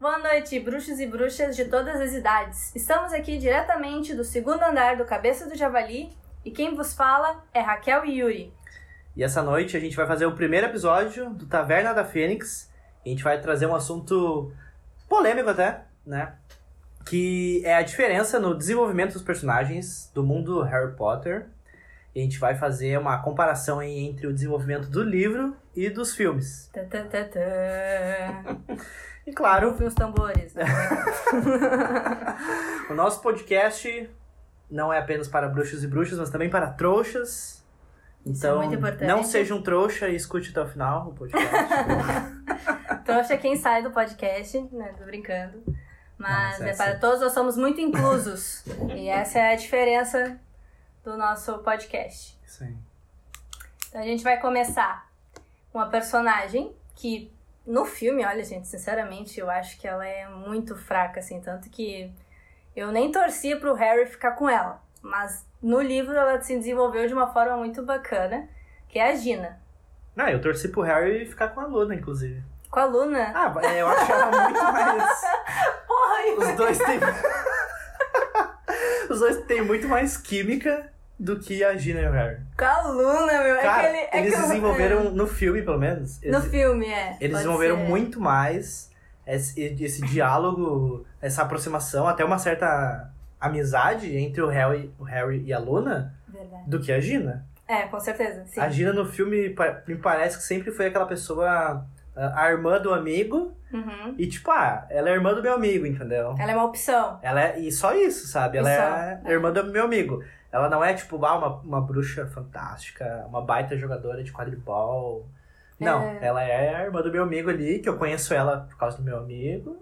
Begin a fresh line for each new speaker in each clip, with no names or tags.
Boa noite, bruxos e bruxas de todas as idades. Estamos aqui diretamente do segundo andar do Cabeça do Javali e quem vos fala é Raquel e Yuri.
E essa noite a gente vai fazer o primeiro episódio do Taverna da Fênix. A gente vai trazer um assunto polêmico até, né? Que é a diferença no desenvolvimento dos personagens do mundo Harry Potter. E a gente vai fazer uma comparação aí entre o desenvolvimento do livro e dos filmes.
Tã, tã, tã, tã.
E claro,
Rufem os tambores. né?
o nosso podcast não é apenas para bruxos e bruxas, mas também para trouxas.
Isso é
Então,
muito importante.
não seja um trouxa e escute até o final o podcast.
Trouxa é quem sai do podcast, né? Tô brincando. Mas
Nossa,
é
essa-
para todos nós somos muito inclusos. e essa é a diferença do nosso podcast.
Isso aí.
Então a gente vai começar com a personagem que no filme, olha, gente, sinceramente, eu acho que ela é muito fraca, assim, tanto que eu nem torcia pro Harry ficar com ela. Mas no livro ela se desenvolveu de uma forma muito bacana, que é a Gina.
Não, eu torci pro Harry ficar com a Luna, inclusive.
Com a Luna.
Ah, é, eu acho ela muito mais.
Porra,
Os dois têm. Os dois têm muito mais química do que a Gina e o Harry.
com a Luna, meu. é
Cara,
que ele, é
eles
que eu-
desenvolveram, no filme pelo menos,
No
eles,
filme, é.
eles
Pode
desenvolveram
ser.
muito mais esse, esse diálogo, essa aproximação, até uma certa amizade entre o Harry, o Harry e a Luna
Verdade.
do que a Gina.
É, com certeza. Sim.
A Gina no filme pa- me parece que sempre foi aquela pessoa, a a irmã do amigo,
Uhum.
e tipo, ah, ela é a irmã do meu amigo, entendeu?
Ela é uma opção.
Ela é, e só isso,
E
sabe? Ela
só.
é a irmã do meu amigo. Ela não é, tipo, ah, uma, uma bruxa fantástica, uma baita jogadora de quadribol. Não,
É.
ela é a irmã do meu amigo ali, que eu conheço ela por causa do meu amigo.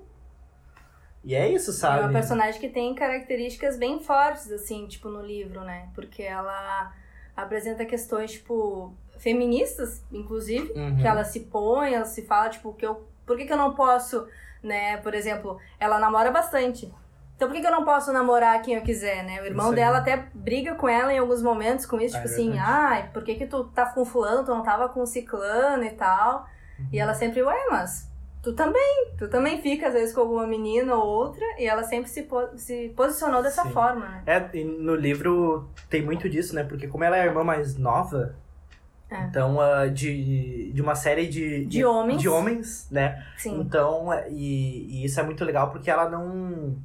E é
É
isso,
uma
sabe?
personagem que tem características bem fortes, assim, tipo, no livro, né? Porque ela apresenta questões, tipo, feministas, inclusive,
Uhum.
que ela se põe, ela se fala, tipo, que eu, por que, que eu não posso, né? Por exemplo, ela namora bastante. Então por que, que eu não posso namorar quem eu quiser, né? O irmão
Isso aí.
dela até briga com ela em alguns momentos com isso,
Ah,
tipo
é
assim,
verdade.
ai, por que, que tu tá com fulano, tu não tava com ciclano e tal. E
Uhum.
ela sempre, ué, mas tu também, tu também fica às vezes com alguma menina ou outra, e ela sempre se, po- se posicionou dessa
Sim.
forma, né?
É, e no livro tem muito disso, né? Porque como ela é a irmã mais nova,
É.
então ah, de, de uma série de,
De homens.
de homens, né?
Sim.
Então, é- e, e isso é muito legal porque ela não.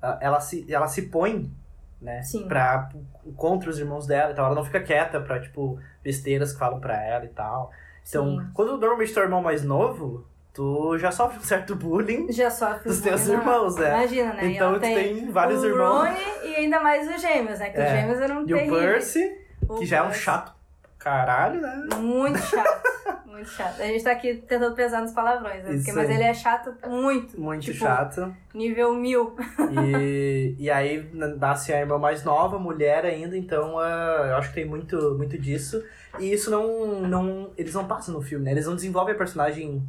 a- Ela se, ela se põe, né?
Sim.
Pra, contra os irmãos dela e tal. Ela não fica quieta pra, tipo, besteiras que falam pra ela e tal. Então,
sim.
quando normalmente tu é o irmão mais novo, tu já sofre um certo bullying
Já sofre
dos
um
teus
bullying,
irmãos, né?
Imagina, né? E
Então,
ela
tu tem vários
o
irmãos.
Rony e ainda mais os gêmeos, né? Que os
É.
gêmeos eram
E o
terríveis.
Percy,
O
que já é um
Percy.
chato caralho, né?
Muito chato. muito chato. A gente tá aqui tentando pesar nos palavrões, né? Porque-
Isso
mas
aí.
ele é chato muito.
Muito
Tipo,
chato.
Nível mil.
E, e aí nasce a irmã mais nova, mulher ainda, então ah, eu acho que tem muito, muito disso. E isso não, não. Eles não passam no filme, né? Eles não desenvolvem a personagem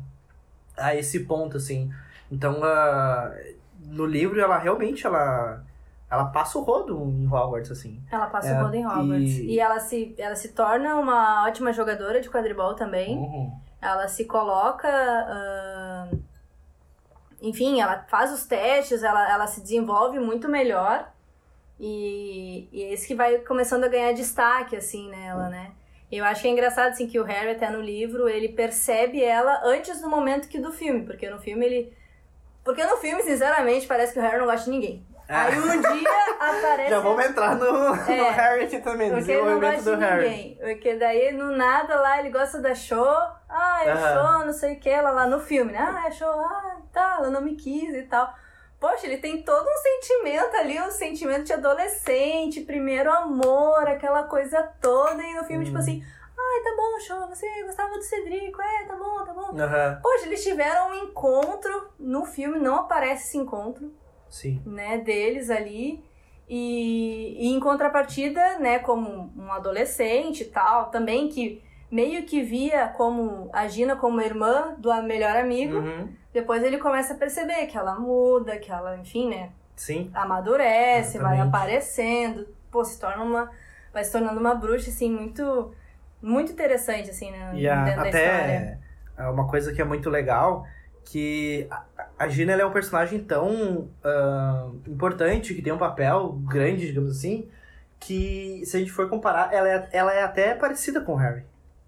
a esse ponto, assim. Então, ah, no livro, ela realmente ela, ela passa o rodo em Hogwarts, assim.
Ela passa
É,
o Golden Roberts.
e-
E, ela, se, ela se torna uma ótima jogadora de quadribol também.
Uhum.
Ela se coloca. ah, Enfim, ela faz os testes, ela, ela se desenvolve muito melhor. E, e é isso que vai começando a ganhar destaque, assim, nela, né? Eu acho que é engraçado, assim, que o Harry, até no livro, ele percebe ela antes do momento que do filme. Porque no filme ele... Porque no filme, sinceramente, parece que o Harry não gosta de ninguém. Aí um dia aparece...
Ah, Já vamos entrar no, no
É.
Harry aqui também, no
Porque ele não
desenvolvimento
gosta
do
de
Harry.
ninguém. Porque daí, no nada, lá ele gosta da show. Ah, é
Aham.
show, não sei o que, ela lá no filme, né? Ah, é show, ah, tá, ela não me quis e tal. Poxa, ele tem todo um sentimento ali, um sentimento de adolescente, primeiro amor, aquela coisa toda. E no filme,
Hum.
tipo assim, ai, tá bom, show, você gostava do Cedrico, é, tá bom, tá bom.
Aham,
Poxa, eles tiveram um encontro, no filme não aparece esse encontro
Sim.
né, deles ali. E, e em contrapartida, né, como um adolescente e tal, também que meio que via como a Gina como irmã do melhor amigo,
Uhum.
depois ele começa a perceber que ela muda, que ela, enfim, né,
Sim.
amadurece, vai
Exatamente.
aparecendo, pô, se torna uma vai se tornando uma bruxa assim muito muito interessante assim, né,
E a-
dentro da história.
até é uma coisa que é muito legal, que a, a- a Gina ela é um personagem tão ah, importante, que tem um papel grande, digamos assim, que se a gente for comparar, ela é, ela é até parecida com o Harry,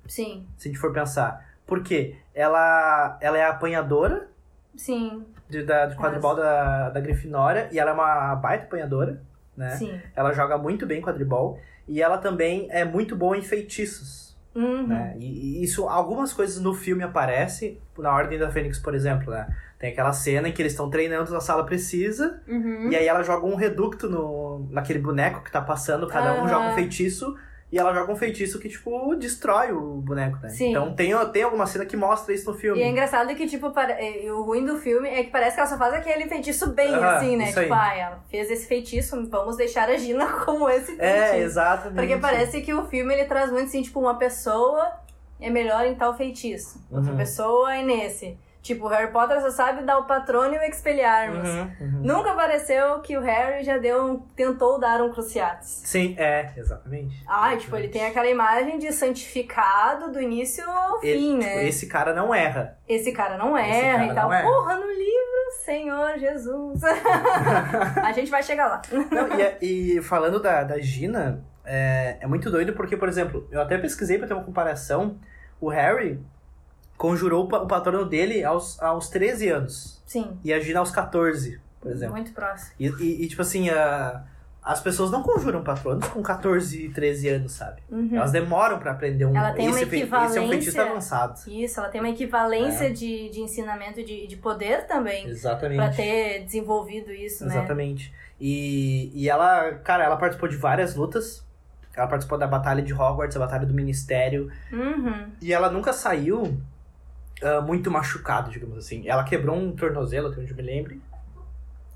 Sim,
se a gente for pensar. Por quê? Ela, ela é a apanhadora
sim,
de, da, de quadribol da, da Grifinória, e ela é uma baita apanhadora, né?
sim.
Ela joga muito bem quadribol, e ela também é muito boa em feitiços.
Uhum.
né? E, e isso, algumas coisas no filme aparecem, na Ordem da Fênix, por exemplo, né? Tem aquela cena em que eles estão treinando na sala precisa,
Uhum.
e aí ela joga um reducto no, naquele boneco que tá passando, cada um
Aham.
joga um feitiço, e ela joga um feitiço que, tipo, destrói o boneco, né?
Sim.
Então tem, tem alguma cena que mostra isso no filme.
E é engraçado que, tipo, para- e o ruim do filme é que parece que ela só faz aquele feitiço bem,
Ah,
assim, né?
isso aí.
Tipo, ah, ela fez esse feitiço, vamos deixar a Gina como esse feitiço.
É, exatamente.
Porque parece que o filme ele traz muito assim, tipo, uma pessoa é melhor em tal feitiço, outra
Uhum.
pessoa é nesse. Tipo, o Harry Potter só sabe dar o patrono e o expelharmos.
Uhum, uhum.
Nunca apareceu que o Harry já deu um- tentou dar um cruciatus.
Sim, é, exatamente.
Ah, tipo, ele tem aquela imagem de santificado do início ao fim,
Ele-
né?
tipo, esse cara não erra.
Esse cara não
Esse
erra
cara
e tal.
não erra.
Porra, no livro, Senhor Jesus. a gente vai chegar lá.
Não, e, e falando da, da Gina, é, é muito doido porque, por exemplo, eu até pesquisei pra ter uma comparação. O Harry conjurou o pa- o patrono dele aos, aos 13 anos
Sim.
e a Gina aos 14, por exemplo.
Muito próximo.
E, e- e, tipo assim, a- as pessoas não conjuram patronos com 14 e 13 anos, sabe?
Uhum.
Elas demoram pra aprender um
Ela tem uma
esse, fe- esse é um feitiço
equivalência.
avançado.
Isso, ela tem uma equivalência de, de ensinamento e de, de poder também.
É. Exatamente.
Pra ter desenvolvido isso, né?
Exatamente. E, e ela, cara, ela participou de várias lutas. Ela participou da Batalha de Hogwarts, a Batalha do Ministério.
Uhum.
E ela nunca saiu ah, muito machucada, digamos assim. Ela quebrou um tornozelo, até onde eu me lembre.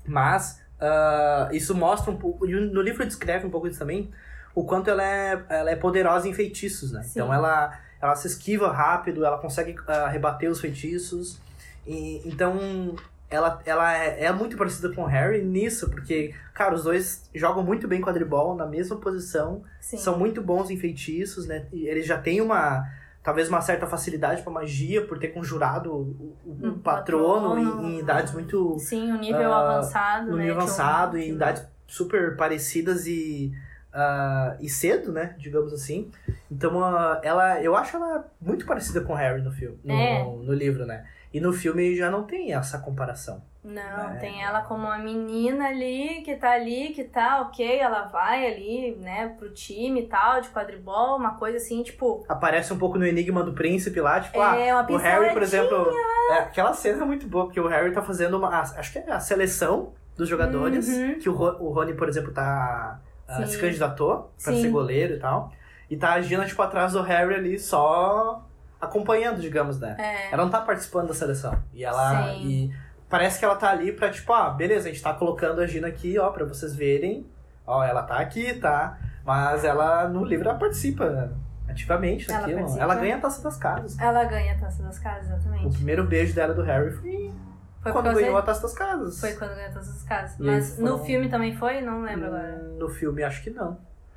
Mas ah, isso mostra um pouco. E no livro descreve um pouco isso também. O quanto ela é, ela é poderosa em feitiços, né?
Sim.
Então ela, ela se esquiva rápido, ela consegue ah, rebater os feitiços. E, então ela, ela é, é muito parecida com o Harry nisso, porque, cara, os dois jogam muito bem quadribol na mesma posição
Sim.
são muito bons em feitiços, né? E eles já têm uma talvez uma certa facilidade pra magia por ter conjurado o, o- o
Um
patrono,
patrono.
Em, em idades muito
Sim, um nível
Ah,
avançado,
no
né?
nível
que é um-
avançado e
que
em
um-
idades super parecidas e ah, e cedo, né? Digamos assim. Então ah, ela, eu acho ela muito parecida com o Harry no filme, no,
É.
no livro, né? E no filme já não tem essa comparação.
Não,
É.
tem ela como uma menina ali, que tá ali, que tá ok, ela vai ali, né, pro time e tal, de quadribol, uma coisa assim, tipo...
Aparece um pouco no Enigma do Príncipe lá, tipo, ah,
é, uma
O Harry, por
pinceladinha.
exemplo, é, aquela cena é muito boa, porque o Harry tá fazendo uma. a- Acho que é a seleção dos jogadores.
Uhum.
Que o, Ro- o Rony, por exemplo, tá. ah,
Sim.
se candidatou pra
Sim.
ser goleiro e tal. E tá a Gina, tipo, atrás do Harry ali, só acompanhando, digamos, né?
É,
Ela não tá participando da seleção. E ela.
Sim.
E parece que ela tá ali pra, tipo, ah, beleza, a gente tá colocando a Gina aqui, ó, pra vocês verem. Ó, ela tá aqui, tá? Mas ela, no livro, ela participa ativamente
Ela
daquilo.
participa.
Ela ganha a taça das casas.
ela ganha a Taça das Casas,
O
exatamente.
primeiro beijo dela do Harry foi
Foi por
quando
causa
ganhou a Taça das Casas.
Foi quando ganhou todas as casas.
E aí
Mas
foram-
no filme também foi? Não lembro agora.
Hum, No filme, acho que não.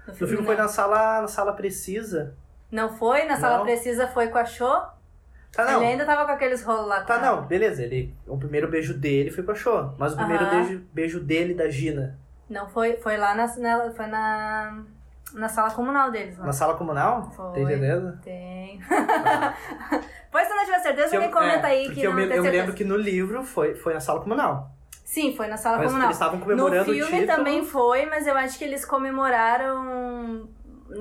No
No filme
não.
foi na sala, na sala precisa.
Não foi? Na sala
Não.
precisa foi com a Show?
Tá
Ele
não.
ainda tava com aqueles rolos lá. com
Tá
ela.
não, beleza. Ele, o primeiro beijo dele foi com a Show. Mas o
Aham.
primeiro beijo, beijo dele da Gina
Não foi? Foi lá na, na- foi na, na sala comunal deles. Lá.
na sala comunal? Tá
Foi.
Tem certeza?
Tem. pois se não tiver certeza, me comenta
é,
aí
porque
que
eu
não
me,
tem
eu me
certeza.
lembro que no livro foi, foi na sala comunal.
Sim, foi na sala
mas
comunal.
eles estavam
No
comemorando
filme
o título.
também foi, mas eu acho que eles comemoraram.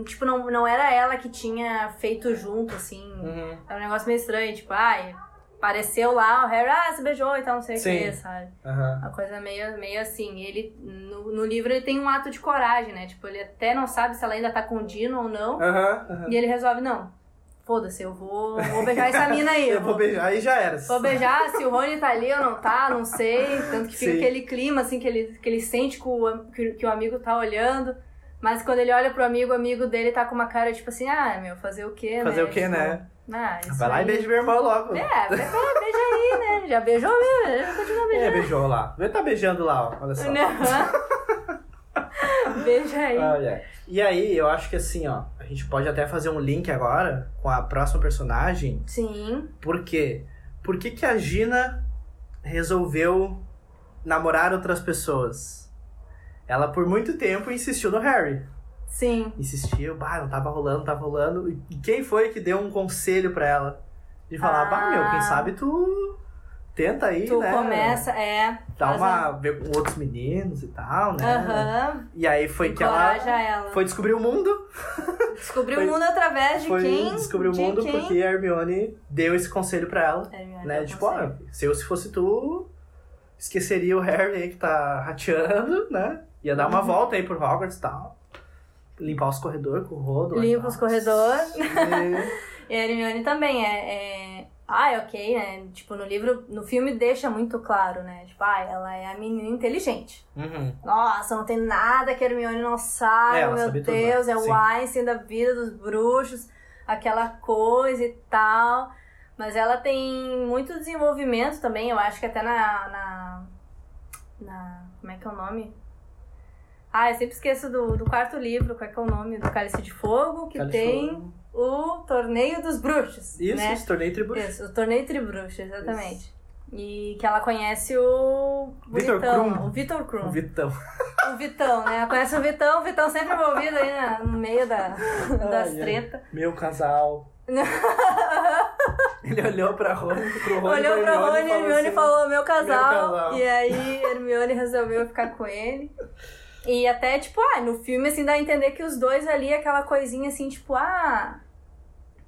Tipo, não, não era ela que tinha feito junto, assim.
Uhum.
Era um negócio meio estranho, tipo, ai, apareceu lá, o Harry, ah, se beijou e tal, não sei o
Sim.
que, sabe?
aham.
Uma coisa meio, meio assim. Ele, no, no livro, ele tem um ato de coragem, né? Tipo, ele até não sabe se ela ainda tá com o Dino ou não.
Aham, aham.
E ele resolve, não, foda-se, eu vou, vou beijar essa mina aí.
Eu vou beijar e já era.
Vou beijar, se o Rony tá ali ou não tá, não sei. Tanto que fica
Sim.
aquele clima, assim, que ele, que ele sente que o, am- que, o- que o amigo tá olhando. Mas quando ele olha pro amigo, o amigo dele tá com uma cara, tipo assim, ah, meu, fazer o quê, né?
Fazer o quê,
Tipo,
né?
Ah, isso
Vai lá
aí.
e beija meu irmão logo.
É, vai lá, beija aí, né? Já beijou mesmo, né? continua
É, beijou lá. Ele tá beijando lá, ó. Olha só.
beijando. Né? Beija aí.
Ah, é. E aí, eu acho que assim, ó, a gente pode até fazer um link agora com a próxima personagem.
Sim.
Por quê? Por que, que a Gina resolveu namorar outras pessoas. Ela por muito tempo insistiu no Harry.
Sim.
Insistiu, bah, não tava rolando, não tava rolando. E quem foi que deu um conselho pra ela? De falar,
Ah.
bah, meu, quem sabe tu tenta aí,
tu
né?
começa, é.
Dá
faz
uma. ver com outros meninos e tal, né?
Aham.
E aí foi que ela
encoraja ela.
foi descobrir o mundo.
Descobriu
foi-
o mundo através de
foi
quem?
descobrir o
de
mundo
quem?
porque a Hermione deu esse conselho pra ela.
É,
né?
eu
Tipo,
consigo.
ó, se eu se fosse tu, esqueceria o Harry aí que tá rateando, né? Ia dar uma
Uhum.
volta aí por Hogwarts e tal. Limpar os corredores com o rodo. lá e
Limpa os
tal.
corredores.
E-
E a Hermione também é, é- Ah, é ok, né? Tipo, no livro, no filme deixa muito claro, né? Tipo, ah, ela é a menina inteligente.
Uhum.
Nossa, não tem nada que a Hermione não saiba,
É, ela
meu
sabe tudo, né?
Deus, é
Sim.
o Einstein da vida dos bruxos, aquela coisa e tal. Mas ela tem muito desenvolvimento também, eu acho que até na. na, na- como é que é o nome? Ah, eu sempre esqueço do, do quarto livro, qual é que é o nome? Do Cálice de Fogo, que
Cálice
tem
Fogo.
o Torneio dos Bruxos.
Isso,
né?
se tornei tributo.
Isso, o Torneio Tribruxo, exatamente. E que ela conhece o
Vitor
Bonitão,
Krum.
O Vitor Krum.
O Vitão.
O Vitão, né? Ela conhece o Vitão, o Vitão sempre envolvido aí na- no meio da, das
ai.
tretas.
Meu casal. Ele olhou pra Rony, pro Rony
Olhou pra Rony,
e assim,
Hermione falou: meu casal.
"Meu casal."
E aí Hermione resolveu ficar com ele. E até, tipo, ah, no filme, assim, dá a entender que os dois ali, aquela coisinha assim, tipo, ah,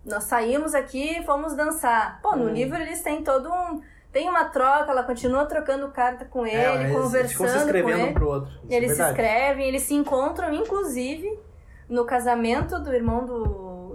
nós saímos aqui e fomos dançar. Pô, no
Hum.
livro eles têm todo um. Tem uma troca, ela continua trocando carta com ele,
É, eles ficam
conversando
se
com
escrevendo
ele.
um pro outro. Isso é
Eles se
verdade.
escrevem, eles se encontram, inclusive, no casamento do irmão do,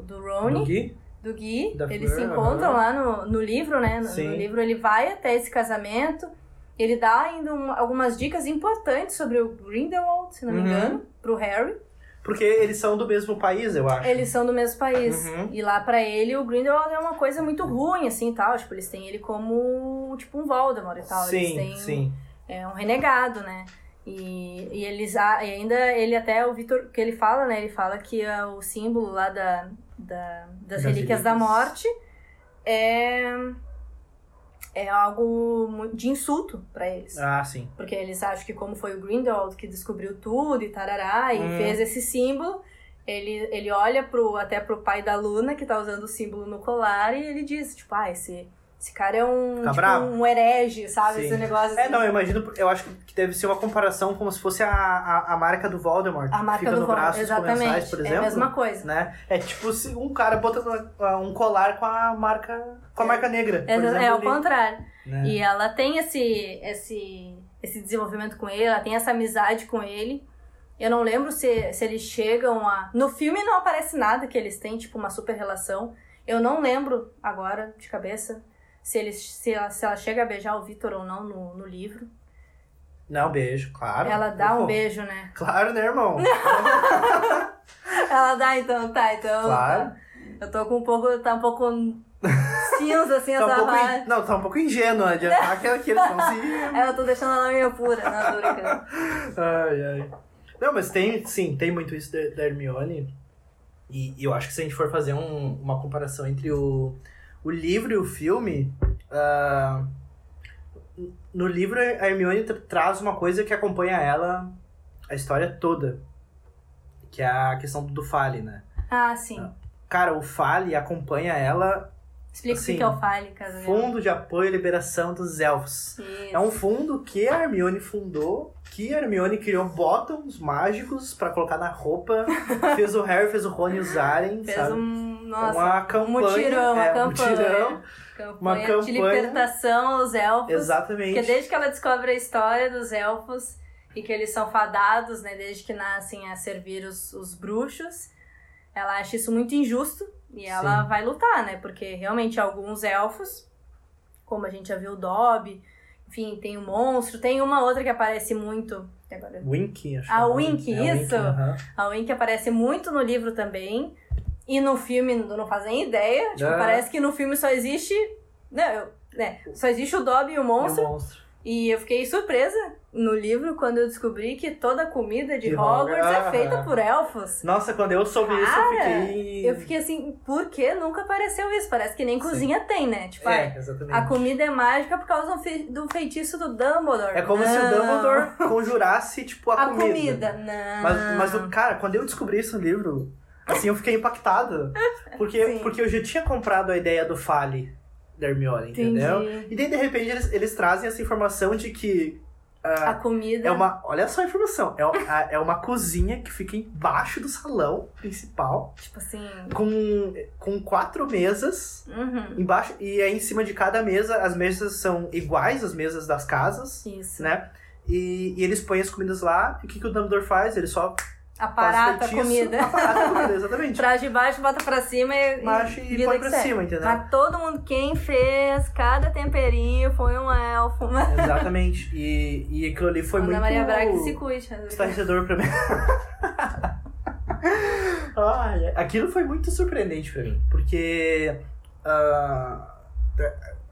do
Do
Rony,
Gui?
do Gui.
Da
eles se
Fleur,
encontram
aham.
lá no, no livro, né? No,
Sim.
no livro ele vai até esse casamento. Ele dá ainda um- algumas dicas importantes sobre o Grindelwald, se não me
Uhum.
engano, pro Harry.
Porque eles são do mesmo país, eu acho.
Eles são do mesmo país.
Uhum.
E lá pra ele, o Grindelwald é uma coisa muito ruim, assim, tal. Tipo, eles têm ele como, tipo, um Voldemort e tal. eles
Sim,
têm
sim.
é um renegado, né? E, e eles a- e ainda ele até o Vitor que ele fala, né? Ele fala que ah, o símbolo lá da, da- das,
Das
relíquias da
relíquias.
morte é é algo mu- de insulto pra eles.
Ah, sim.
Porque eles acham que como foi o Grindelwald que descobriu tudo e tarará e
Hum.
fez esse símbolo, ele, ele olha pro, até pro pai da Luna, que tá usando o símbolo no colar, e ele diz, tipo, ah, esse, esse cara é um,
Tá
tipo,
bravo.
um herege, sabe?
Sim.
Esse negócio
É,
assim.
não, eu imagino, eu acho que deve ser uma comparação como se fosse a, a, a marca do Voldemort.
A
que
marca
fica
do
no
vão,
braço dos comensais,
exatamente.
por
é a
exemplo.
mesma coisa.
né? É tipo se um cara botando ah, um colar com a marca. com a
É.
marca negra. por
É,
exemplo,
é ao
ali,
contrário.
né?
E ela tem esse, esse, esse desenvolvimento com ele, ela tem essa amizade com ele. Eu não lembro se, se eles chegam a. No filme não aparece nada que eles têm, tipo, uma super relação. Eu não lembro agora, de cabeça, se, eles, se, ela, se ela chega a beijar o Vitor ou não no, no livro.
Não, beijo, claro.
ela dá
Pô,
um beijo, né?
Claro, né, irmão?
Ela dá, então, tá, então.
Claro.
Eu tô com um pouco. Tá um pouco cinza, assim,
tá um
essa
pouco
vibe.
in- Não, tá um pouco ingênua de achar que, que eles vão se.
É, eu tô deixando ela meio pura, não, tô brincando.
Ai, ai. Não, mas tem, sim, tem muito isso da, da Hermione. E, e eu acho que se a gente for fazer um- uma comparação entre o, o livro e o filme. ah, no livro, a Hermione tra- traz uma coisa que acompanha ela a história toda. Que é a questão do Fale, né?
Ah, sim.
Cara, o Fale acompanha ela
Explica
Sim.
o que é o Fale, caso
Fundo de Apoio e Liberação dos Elfos. É um fundo que a Hermione fundou, que a Hermione criou bottoms mágicos pra colocar na roupa, fez o Harry, fez o Rony usarem,
Fez
sabe?
um.
É
Nossa,
uma campanha,
um mutirão, uma
é, um
campanha.
mutirão,
campanha
uma
de
campanha.
libertação aos elfos. Porque
exatamente.
desde que ela descobre a história dos elfos e que eles são fadados, né? Desde que nascem a servir os, os bruxos, ela acha isso muito injusto e ela vai lutar, né? Porque realmente alguns elfos, como a gente já viu o Dobby, enfim, tem o monstro, tem uma outra que aparece muito. que Agora eu
Winky, acho.
A
que é o nome.
Winky,
É,
Ah, isso?
aham.
A Wink aparece muito no livro também. E no filme eu não fazem ideia. Tipo,
Ah.
parece que no filme só existe. Não, eu- né, Só existe o Dobby e o
E o
monstro.
monstro.
E eu fiquei surpresa no livro quando eu descobri que toda a comida de,
De
Hogwarts é
Hogwarts.
feita por elfos.
Nossa, quando eu soube isso, eu
Cara,
fiquei.
Eu fiquei assim, por que nunca apareceu isso? Parece que nem
Sim.
cozinha tem, né? Tipo, ah,
É, exatamente.
a comida é mágica por causa do fe- do feitiço do Dumbledore.
É como se o
Não.
Dumbledore conjurasse, tipo, a,
Ah. A comida, não.
Mas, mas
Ah.
o cara, quando eu descobri isso no livro, assim, eu fiquei impactado. Porque,
Sim.
porque eu já tinha comprado a ideia do Fale da Hermione,
Entendi.
entendeu? E daí, de repente, eles, eles trazem essa informação de que
A comida.
é uma. Olha só a informação. É, o- a- é uma cozinha que fica embaixo do salão principal,
Tipo assim.
com, com quatro mesas.
Uhum.
Embaixo, e aí em cima de cada mesa, as mesas são iguais às mesas das casas,
Isso.
né? E, e eles põem as comidas lá. E o que, que o Dumbledore faz? Ele só
Aparata a
feitiço,
comida.
Aparata a comida, exatamente.
Traz de baixo, bota pra cima e.
Baixa e
vida
põe
que
pra
segue.
cima, né? entendeu?
Mas todo mundo, quem fez cada temperinho foi um elfo. Uma...
Exatamente. E, e aquilo ali foi
Ana
muito.
Maria Braga que se cuide. né?
estarrecedor pra mim. Ai, aquilo foi muito surpreendente pra mim, porque ah,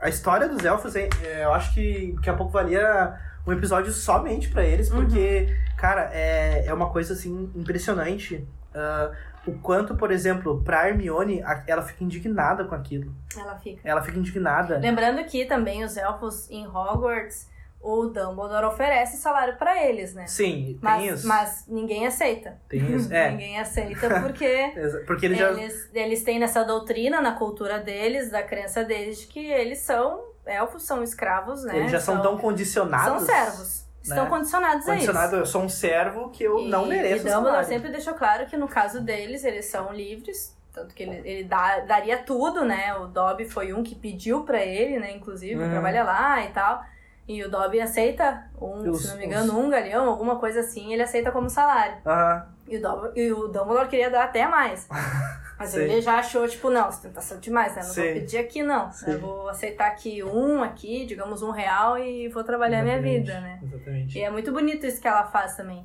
a história dos elfos, é- é, eu acho que daqui a pouco valia um episódio somente pra eles,
Uhum.
porque, cara, é, é uma coisa assim impressionante. ah, o quanto, por exemplo, pra Hermione, a- ela fica indignada com aquilo.
Ela fica.
Ela fica indignada.
Lembrando que também os elfos em Hogwarts, o Dumbledore oferece salário pra eles, né?
Sim, tem
Mas,
isso.
mas ninguém aceita.
Tem isso. É,
Ninguém aceita porque
exa- porque ele já.
eles, eles têm nessa doutrina, na cultura deles, da crença deles, de que eles são elfos, são escravos, né?
Eles já são tão condicionados.
São servos. Estão
né?
condicionados a isso.
condicionado, eu sou um servo que eu não
E-
mereço.
E
esse
Dumbledore
salário.
sempre deixou claro que no caso deles, eles são livres. Tanto que ele, ele dá- daria tudo, né? O Dobby foi um que pediu pra ele, né? Inclusive,
Uhum.
trabalha lá e tal. E o Dobby aceita um,
Os-
se não me engano, um galeão, alguma coisa assim, ele aceita como salário.
Aham.
E o, Dobby, e o Dumbledore queria dar até mais. Mas
Sim.
ele já achou, tipo, não, você tá sendo demais, né? Não vou
Sim.
pedir aqui, não.
Sim.
Eu vou aceitar aqui um aqui, digamos um real, e vou trabalhar minha
Exatamente.
vida, né?
Exatamente.
E é muito bonito isso que ela faz também.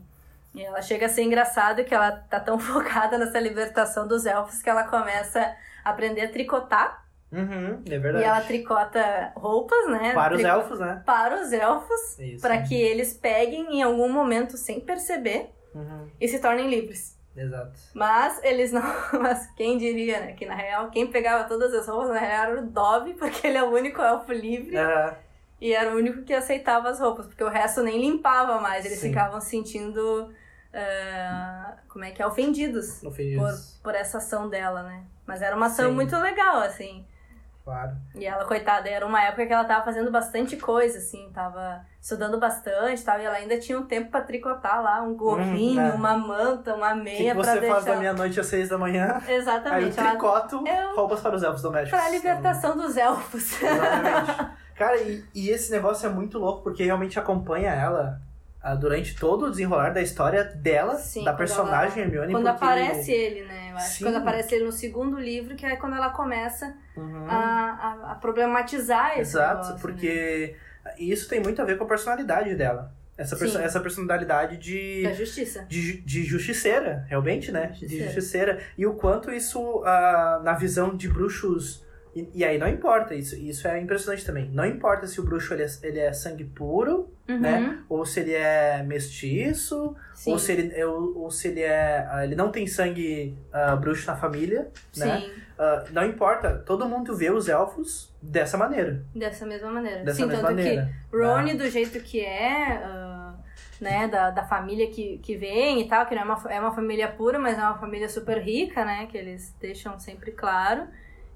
E ela chega a ser engraçado que ela tá tão focada nessa libertação dos elfos que ela começa a aprender a tricotar.
Uhum, é verdade.
E ela tricota roupas, né?
Para os
Trico-
elfos, né?
Para os elfos,
Isso.
para que eles peguem em algum momento sem perceber
Uhum,
e se tornem livres.
Exato.
Mas eles não. Mas quem diria, né? Que na real, quem pegava todas as roupas na real era o Dobby, porque ele é o único elfo livre.
Aham,
E era o único que aceitava as roupas, porque o resto nem limpava mais. Eles
Sim.
ficavam sentindo. ah, como é que é? Ofendidos
no
por,
ofendidos.
por essa ação dela, né? Mas era uma ação
Sim.
muito legal, assim.
Claro.
E ela, coitada, era uma época que ela tava fazendo bastante coisa, assim. Tava estudando bastante tal. E ela ainda tinha um tempo pra tricotar lá um gorrinho,
né?
uma manta, uma
O que,
meia
que
pra
você
deixar.
faz da meia-noite às seis da manhã? Aí eu
Exatamente. Ela...
tricoto
Eu-
roupas para os elfos domésticos.
Pra libertação dos elfos.
Exatamente. Cara, e, e esse negócio é muito louco, porque realmente acompanha ela ah, durante todo o desenrolar da história dela,
Sim,
da
quando
personagem Hermione.
Quando
porque...
aparece ele, né? Eu acho. que
um Sim.
Quando aparece ele no segundo livro, que é quando ela começa
Uhum.
a, a- a problematizar esse
Exato,
negócio, né?
porque isso tem muito a ver com a personalidade dela. Essa, perso-
Sim.
essa personalidade
Da
de,
justiça.
de, ju- de justiceira, realmente, né?
Justiceira.
De justiceira. E o quanto isso, ah, na visão de bruxos. E, e aí não importa, isso, isso é impressionante também. Não importa se o bruxo ele é, ele é sangue puro,
Uhum,
ou se ele é mestiço,
Sim.
né? ou se, ele, é- ou, ou se ele é. ah, ele não tem sangue ah, bruxo na família, né?
Sim,
Ah, não importa, todo mundo vê os elfos dessa maneira.
dessa mesma maneira.
Dessa
Sim,
mesma
tanto
maneira. né?
que Rony, do jeito que é, ah, né, da, da família que, que vem e tal, que não é uma, fa- é uma família pura, mas é uma família super rica, né, que eles deixam sempre claro.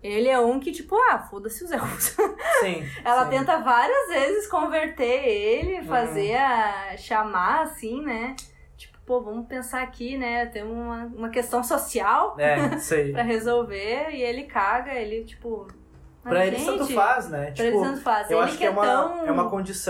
Ele é um que, tipo, ah, foda-se os elfos.
Sim.
Ela
sim.
tenta várias vezes converter ele,
Uhum.
fazer a chamar assim, né? Tipo, pô, vamos pensar aqui, né? Tem uma, uma questão social
É, sei.
pra resolver e ele caga, ele tipo. "Ah,
pra eles tanto
gente,
faz, né?
Pra eles
Tipo,
tanto faz.
eu
ele
acho que
quer
é uma,
tão.
é uma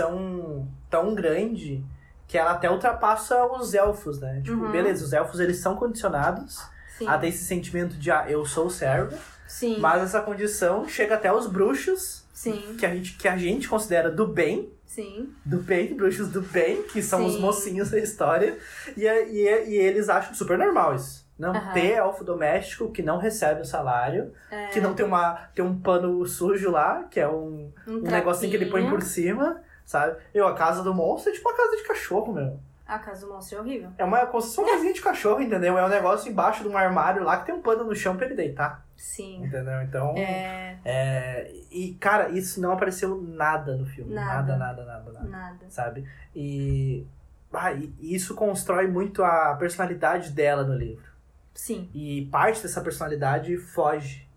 condição tão grande que ela até ultrapassa os elfos, né? Tipo,
Uhum.
beleza, os elfos eles são condicionados
Sim.
a ter esse sentimento de, ah, eu sou o servo,
Sim.
mas essa condição chega até os bruxos,
Sim.
que a gente, que a gente considera do bem,
Sim.
do bem, bruxos do bem, que são os
Sim.
mocinhos da história, e, é- e, é- e eles acham super normal isso. Não
Aham.
ter elfo doméstico que não recebe o salário, que não tem, uma, tem um pano sujo lá, que é um
Um,
um negocinho que ele põe por cima, sabe? Meu, a casa do monstro é tipo uma casa de cachorro, meu.
A casa do monstro é horrível.
É uma construção casinha de cachorro, entendeu? É um negócio embaixo de um armário lá que tem um pano no chão pra ele deitar,
Sim.
entendeu? Então.
É.
é, E, cara, isso não apareceu nada no filme.
Nada.
nada, nada, nada. nada.
Nada.
sabe? E, ah, e e isso constrói muito a personalidade dela no livro.
Sim.
E parte dessa personalidade foge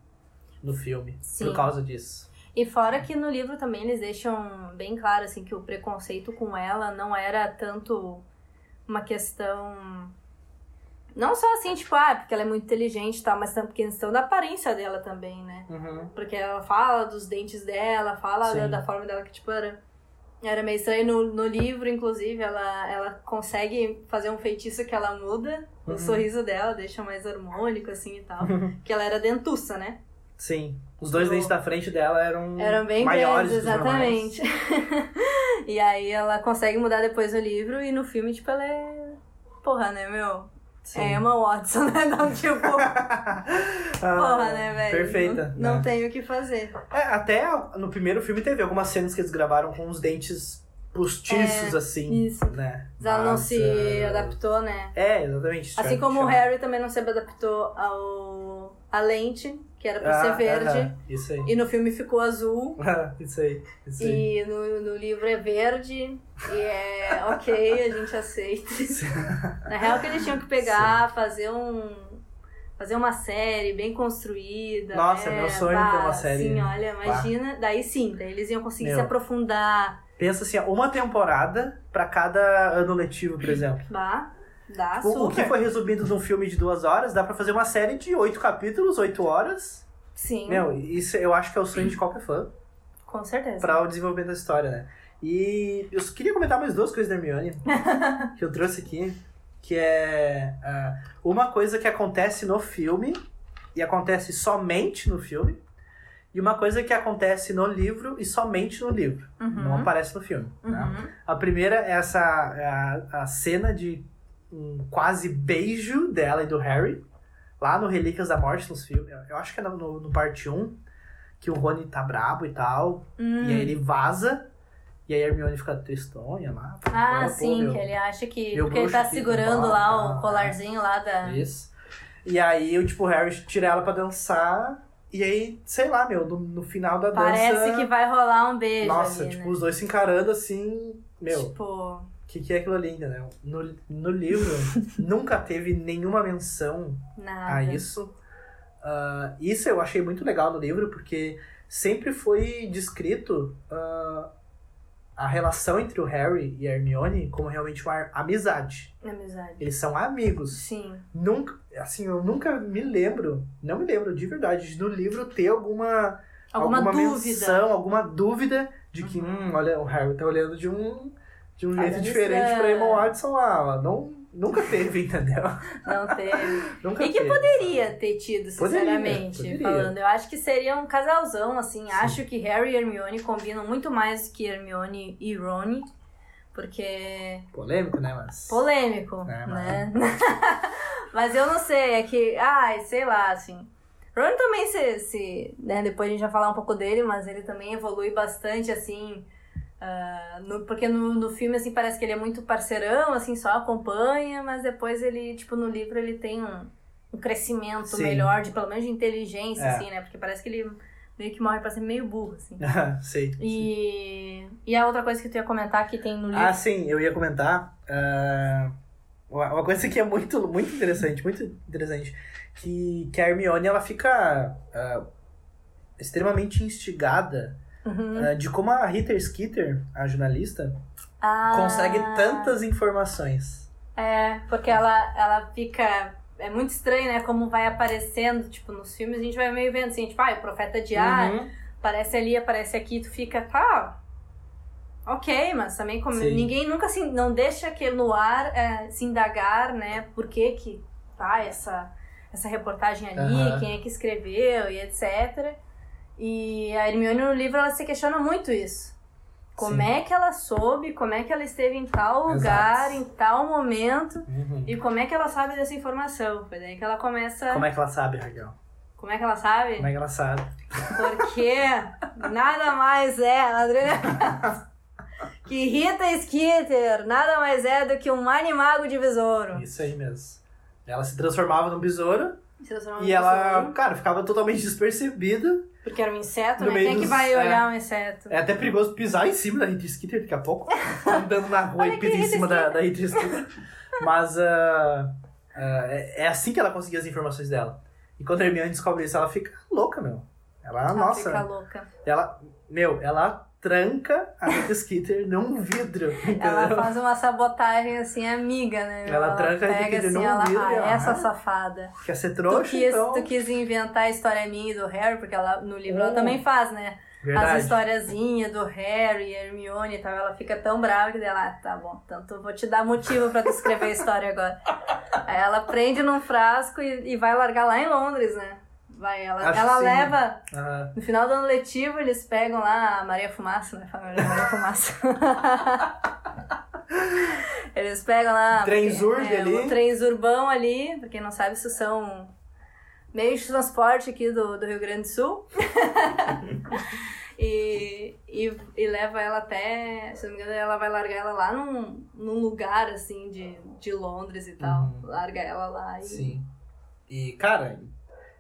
no filme
Sim.
por causa disso.
E fora que no livro também eles deixam bem claro assim que o preconceito com ela não era tanto uma questão não só assim, tipo, ah, porque ela é muito inteligente e tal, mas também questão da aparência dela também, né? Porque ela fala dos dentes dela, fala da,
Sim.
da forma dela que, tipo, era, era meio estranho. No, no livro, inclusive, ela, ela consegue fazer um feitiço que ela muda o
Uhum.
sorriso dela, deixa mais harmônico, assim e tal. que ela era dentuça, né?
Sim. Os dois
Eu-
dentes da frente dela eram,
Eram bem
Uhum. maiores
grandes,
que os normais.
exatamente. e aí ela consegue mudar depois no livro e no filme, tipo, ela é. Porra, né, meu?
Sim.
É Emma Watson, né? Não, tipo,
Ah,
porra, né, velho?
Perfeita.
Não, não
né?
tem o que fazer.
É, até no primeiro filme teve algumas cenas que eles gravaram com os dentes
É,
postiços, assim.
Isso.
Né?
Mas ela não
Mas,
se
eh,
adaptou, né?
É, exatamente.
Assim
Chama-
como o
chama-
Harry também não se adaptou ao a lente, que era pra
Ah,
ser verde,
aham, Isso aí.
e no filme ficou azul.
isso aí, isso aí.
E no, no livro é verde, e é ok, a gente aceita. Na real, que eles tinham que pegar, fazer um. Fazer uma série bem construída.
Nossa,
né?
meu sonho é ter uma série.
Sim, olha, imagina. Daí sim, daí eles iam conseguir
Meu.
se aprofundar.
Pensa assim, ó, uma temporada pra cada ano letivo, por exemplo.
Bah, dá,
O- O, que
super.
foi resumido num filme de duas horas, dá pra fazer uma série de oito capítulos, oito horas.
Sim,
Meu, isso eu acho que é o sonho de qualquer fã
com certeza.
pra o desenvolvimento da história, né? E eu só queria comentar mais duas coisas da Hermione que eu trouxe aqui, que é ah, uma coisa que acontece no filme e acontece somente no filme, e uma coisa que acontece no livro e somente no livro. Não
Uhum,
aparece no filme. Né?
uhum.
A primeira é essa a, a cena de um quase beijo dela e do Harry, lá no Relíquias da Morte, nos filmes. Eu acho que é no, no, no parte 1, que o Rony tá brabo e tal,
Uhum. Hum.
e aí ele vaza, e aí a Hermione fica tristonha lá. pô,
Ah,
pô,
sim,
meu,
que ele acha que.
meu
Porque ele tá
bruxo fica
segurando
mal,
lá o
tá.
colarzinho lá da.
Isso. E aí, eu, tipo, o Harry tira ela pra dançar, e aí, sei lá, meu, no, no final da
Parece
dança...
que vai rolar um beijo.
é. Nossa,
ali,
tipo,
né?
os dois se encarando assim, meu...
Tipo,
O que, que é aquilo ali, entendeu? No, no livro, nunca teve nenhuma menção
nada.
a isso. Ah, isso eu achei muito legal no livro, porque sempre foi descrito ah, a relação entre o Harry e a Hermione como realmente uma amizade.
Amizade.
Eles são amigos.
Sim.
Nunca, assim, eu nunca me lembro, não me lembro de verdade, de no livro ter alguma
Alguma, dúvida.
menção, alguma dúvida de que,
Uhum.
hum, olha, o Harry tá olhando de um, de um jeito
Olhando
diferente
estranho.
pra Emma Watson lá. ó. Não, nunca teve, entendeu?
Não teve.
Nunca
E que
teve.
Poderia ter tido,
Poderia,
sinceramente.
poderia.
Falando. Eu acho que seria um casalzão, assim.
Sim.
Acho que Harry e Hermione combinam muito mais que Hermione e Rony. Porque é
Polêmico, né, mas...
polêmico,
É,
né?
mas-
Mas eu não sei, é que. Ai, sei lá, assim. Ron também se. se né, depois a gente vai falar um pouco dele, mas ele também evolui bastante, assim. ah, no- porque no, no filme, assim, parece que ele é muito parceirão, assim, só acompanha, mas depois ele, tipo, no livro ele tem um, um crescimento
Sim.
melhor, de pelo menos de inteligência,
É.
assim, né? Porque parece que ele meio que morre pra ser meio burro, assim.
Sei.
E, e a outra coisa que tu ia comentar que tem no livro.
Ah, sim, eu ia comentar. ah, uma uma coisa que é muito, muito interessante, muito interessante. Que, que a Hermione, ela fica ah, extremamente instigada
Uhum.
ah, de como a Rita Skeeter, a jornalista,
Ah.
consegue tantas informações.
É, porque ela, ela fica. É muito estranho, né? Como vai aparecendo, tipo, nos filmes, a gente vai meio vendo assim, tipo, ah, o profeta de ar,
Uhum.
aparece ali, aparece aqui, tu fica, tá. Ok, mas também como
Sim.
ninguém nunca se. Não deixa que no ar é, se indagar, né? Por que que tá essa, essa reportagem ali,
Aham.
quem é que escreveu e etc. E a Hermione no livro ela se questiona muito isso. Como
Sim.
é que ela soube, como é que ela esteve em tal lugar,
Exato.
em tal momento.
Uhum.
E como é que ela sabe dessa informação? Foi daí que ela começa.
Como é que ela sabe, Raquel?
Como é que ela sabe?
Como é que ela sabe?
Porque nada mais é, Adriana. que Rita Skeeter nada mais é do que um animago de besouro.
Isso aí mesmo. Ela se transformava num besouro
Se transforma
e
num
ela,
besouro,
cara, ficava totalmente despercebida.
Porque era um inseto,
no
né?
meio
Quem é que
dos-
vai
é.
olhar um inseto?
É até perigoso pisar em cima da Rita Skeeter daqui a pouco. Andando na rua
Olha
e
que
pisar em
Rita
cima da, da Rita Skeeter. Mas ah, ah, é, é assim que ela conseguia as informações dela. E quando a Hermione descobre isso, ela fica louca, meu. Ela,
Ela
Ah, nossa,
Fica louca.
ela, meu, ela tranca a Rita Skeeter num vidro.
Ela
entendeu?
faz uma sabotagem assim, amiga, né? meu?
Ela tranca a Rita
pega
Skeeter
assim,
num
ela,
vidro
ah,
e ela-
essa safada.
Quer ser
tu,
trouxa,
quis,
então...
tu quis inventar a história minha e do Harry, porque ela, no livro
Hum.
ela também faz, né? As
Verdade.
historiazinhas do Harry, Hermione e tal, ela fica tão brava que dela, ah, tá bom, tanto vou te dar motivo pra tu escrever a história agora. Aí ela prende num frasco e, e vai largar lá em Londres, né? Vai, ela,
Acho
ela
sim.
leva,
Aham.
no final do ano letivo, eles pegam lá a Maria Fumaça, né? Família da Maria Fumaça. eles pegam lá.
Trenzurbe
porque, é,
ali.
Um trenzurbão ali, pra quem não sabe, isso são meios de transporte aqui do, do Rio Grande do Sul. e, e, e leva ela até. Se não me engano, ela vai largar ela lá num, num lugar assim de, de Londres e tal.
Uhum.
Larga ela lá e.
Sim. E, cara,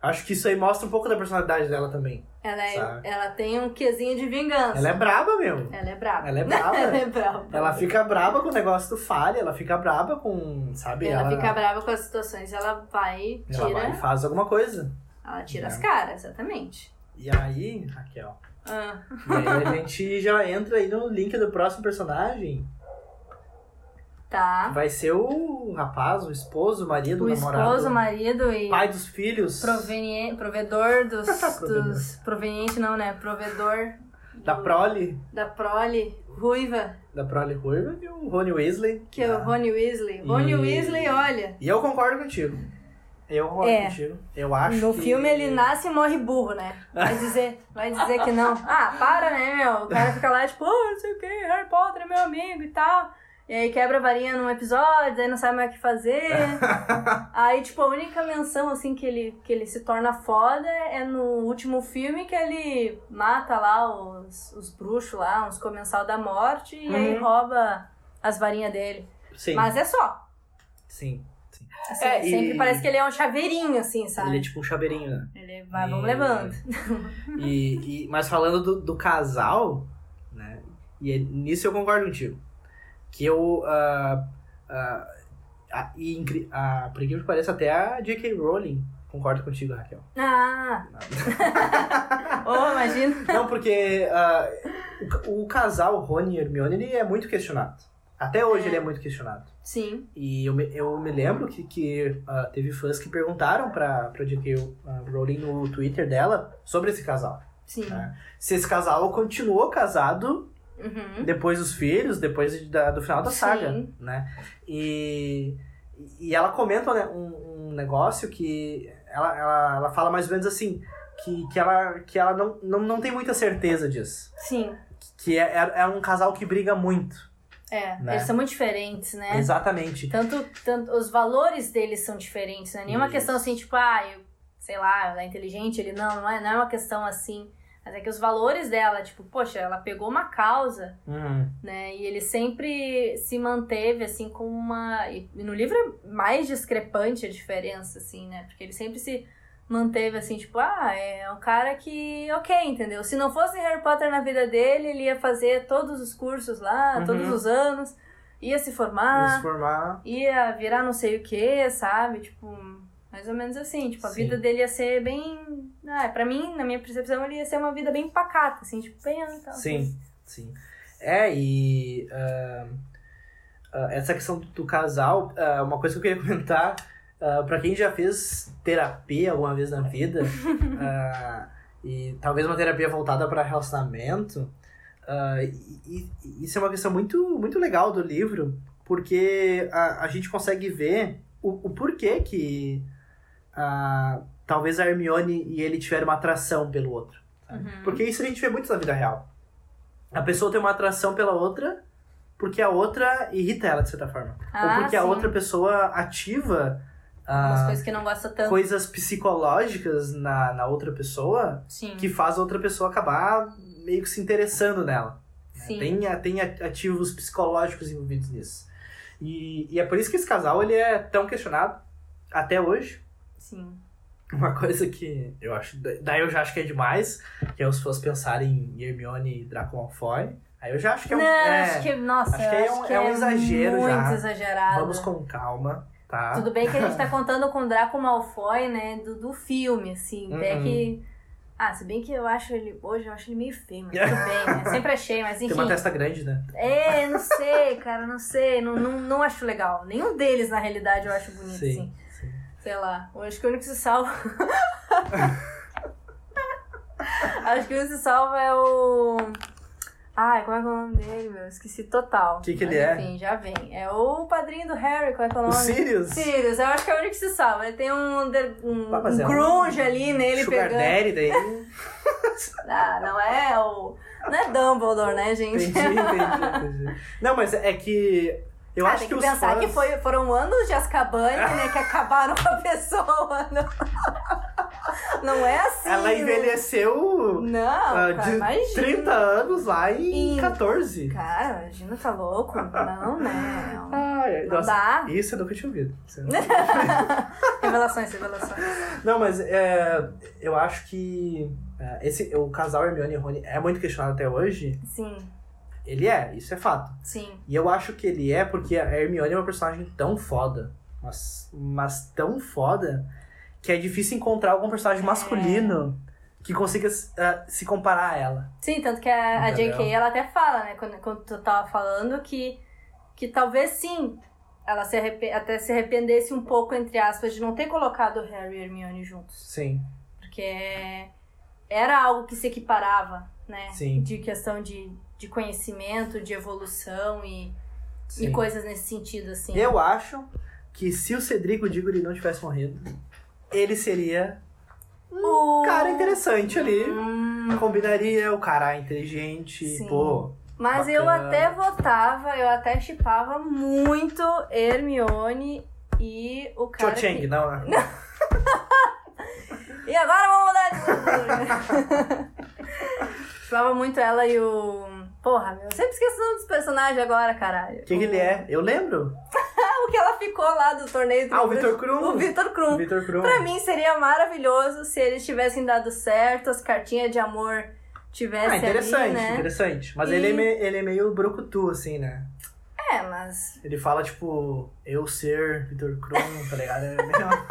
acho que isso aí mostra um pouco da personalidade dela também.
Ela, é-
Sabe.
ela tem um quesinho de vingança.
Ela é braba, meu.
Ela é brava.
Ela é brava.
ela é brava.
Ela fica braba com o negócio do falha, ela fica braba com, sabe?
Ela fica brava com as situações, ela vai
ela
tira.
vai e faz alguma coisa.
Ela tira as
É.
caras, exatamente.
E aí, Raquel,
Ah,
e aí a gente já entra aí no link do próximo personagem.
tá.
Vai ser o rapaz, o esposo, o marido, o,
O
namorado.
esposo, o marido e
Pai dos filhos.
proveniente, provedor dos,
Provedor.
dos. Proveniente não, né? Provedor
Da
do-
prole.
da prole ruiva,
Da prole ruiva e o Rony Weasley.
que é
Ah.
o Rony Weasley. Rony
E-
Weasley, olha.
E eu concordo contigo. Eu concordo
É.
contigo. Eu acho
no
que...
filme ele nasce e morre burro, né? Vai dizer, vai dizer que não. Ah, para, né, meu? O cara fica lá, tipo, "Ah, não sei o que, Harry Potter é meu amigo e tal. E aí quebra a varinha num episódio, aí não sabe mais o que fazer. aí, tipo, a única menção, assim, que ele, que ele se torna foda é no último filme que ele mata lá os, os bruxos lá, uns comensal da morte, e aí
Uhum.
rouba as varinhas dele.
Sim,
Mas é só.
sim.
Assim,
É, e-
sempre parece que ele é um chaveirinho, assim,
Ele
sabe?
é tipo um chaveirinho, né?
Ele vai, vamos
E-
levando.
E, e- mas falando do, do casal, né? E é- nisso eu concordo contigo. Que eu. ah, ah, a, e incri- ah, por incrível que pareça, até a J.K. Rowling concorda contigo, Raquel.
Ah! oh, imagina.
Não, porque ah, o, o casal Rony e Hermione ele é muito questionado. Até hoje
É.
ele é muito questionado.
Sim.
E eu me, eu me lembro que, que ah, teve fãs que perguntaram pra, pra J.K. Rowling no Twitter dela sobre esse casal.
Sim.
É. Se esse casal continuou casado
Uhum.
depois dos filhos, depois de- da- do final da
Sim.
saga, né? E, e ela comenta né, um, um negócio que ela, ela, ela fala mais ou menos assim, que, que ela, que ela não, não, não tem muita certeza disso.
Sim.
Que é, é, é um casal que briga muito.
É.
Né?
Eles são muito diferentes, né?
Exatamente.
Tanto, tanto os valores deles são diferentes, não é nenhuma
Isso.
questão assim, tipo, ah, eu, sei lá, ela é inteligente, ele não, não é, não é uma questão assim. Mas é que os valores dela, tipo, poxa, ela pegou uma causa,
Uhum.
né? E ele sempre se manteve, assim, com uma. E no livro é mais discrepante a diferença, assim, né? Porque ele sempre se manteve, assim, tipo, ah, é um cara que, ok, entendeu? Se não fosse Harry Potter na vida dele, ele ia fazer todos os cursos lá,
Uhum.
todos os anos, ia se
Eles se
formar,
formar.
ia virar não sei o que, sabe? Tipo, mais ou menos assim, tipo, a
Sim.
vida dele ia ser bem. Ah, pra mim, na minha percepção, ele ia ser uma vida bem pacata, assim, tipo, bem. ah, tá,
Sim, sim. É, e ah, ah, essa questão do, do casal, ah, uma coisa que eu queria comentar, ah, pra quem já fez terapia alguma vez na vida, ah, e talvez uma terapia voltada para relacionamento, ah, e, e- isso é uma questão muito, muito legal do livro, porque a, a gente consegue ver o, o porquê que ah, talvez a Hermione e ele tiveram uma atração pelo outro.
Uhum.
Porque isso a gente vê muito na vida real. A pessoa tem uma atração pela outra porque a outra irrita ela, de certa forma. Ou
Ah,
porque a
sim.
outra pessoa ativa ah,
Umas coisas que não gosta tanto.
coisas psicológicas na, na outra pessoa
Sim.
que faz a outra pessoa acabar meio que se interessando nela.
Sim.
Tem, a- tem a- ativos psicológicos envolvidos nisso. E, e é por isso que esse casal ele é tão questionado até hoje.
Sim.
Uma coisa que eu acho. Daí eu já acho que é demais, que é os fãs pensarem em Hermione e Draco Malfoy. Aí eu já acho que é um.
não,
é,
acho que, nossa,
acho que
eu
é um- é um exagero
muito
já.
exagerado.
Vamos com calma, tá?
Tudo bem que a gente tá contando com o Draco Malfoy, né, do, do filme, assim, até
Uhum.
que... Ah, se bem que eu acho ele, hoje eu acho ele meio feio, mas tudo bem, né? sempre achei, mas
Tem
enfim.
uma testa grande, né?
É, não sei, cara, não sei, não, não, não acho legal. Nenhum deles, na realidade, eu acho bonito, assim.
Sim. sim.
Sei lá, eu acho que o único que se salva. acho que o único que se salva é o. Ai, como é que é o nome dele, meu? Esqueci total.
Que que
Mas
ele é?
Enfim, já vem. É o padrinho do Harry, como é que é o
O
nome?
Sirius?
Sirius, eu acho que é o único que se salva. Ele tem um, under- um,
Ah, mas
um
é um
grunge ali nele
Sugar
pegando.
Daddy, daí.
Ah, não é o. Não é Dumbledore, né, gente?
Entendi, entendi, entendi. Não, mas é que. Eu
ah,
acho
tem
que,
que,
os
pensar
fãs...
que foi, foram anos de Azkaban, né? Que acabaram com a pessoa. Não, não é assim.
Ela
né?
envelheceu
Não, cara,
ah, de
imagina.
30 anos lá em
Em-
14.
Cara, imagina, tá louco? Não, né? Não,
Ai,
não
nossa,
dá.
isso eu nunca tinha ouvido. Isso eu-
Revelações, revelações.
Não, mas é, eu acho que é, esse, o casal Hermione e Rony é muito questionado até hoje.
Sim,
Ele é, isso é fato.
sim.
E eu acho que ele é porque a Hermione é uma personagem tão foda, mas, mas tão foda, que é difícil encontrar algum
É.
personagem masculino que consiga eh, se comparar a ela.
Sim, tanto que a, a
Entendeu?
JK, ela até fala, né? Quando, quando tu tava falando que, que talvez sim, ela se arrepe- até se arrependesse um pouco, entre aspas, de não ter colocado Harry e Hermione juntos.
Sim,
Porque era algo que se equiparava, né?
Sim.
De questão de, de conhecimento, de evolução e,
sim. É
e coisas nesse sentido, assim.
Eu acho que se o Cedrico Diggory não tivesse morrido, ele seria
O-
um cara interessante ali.
Hum,
Combinaria, o cara é inteligente,
Sim.
pô.
mas
Bacana.
eu até votava, eu até chipava muito Hermione e o
Cho
cara.
Chang,
que-
não, né?
E agora vamos mudar de Chipava muito ela e o. Porra, meu, eu sempre esqueço o nome dos personagens agora, caralho.
Quem que
O-
ele é? Eu lembro.
O que ela ficou lá do torneio do
Ah, o Vitor Krum.
O Vitor Krum.
Vitor Krum.
Pra mim seria maravilhoso se eles tivessem dado certo, as cartinhas de amor tivessem
Ah, interessante,
ali, né?
interessante. Mas
E-
ele, é me- ele é meio brucutu, assim, né?
É, mas
Ele fala, tipo, eu ser Vitor Krum, tá ligado? É meio...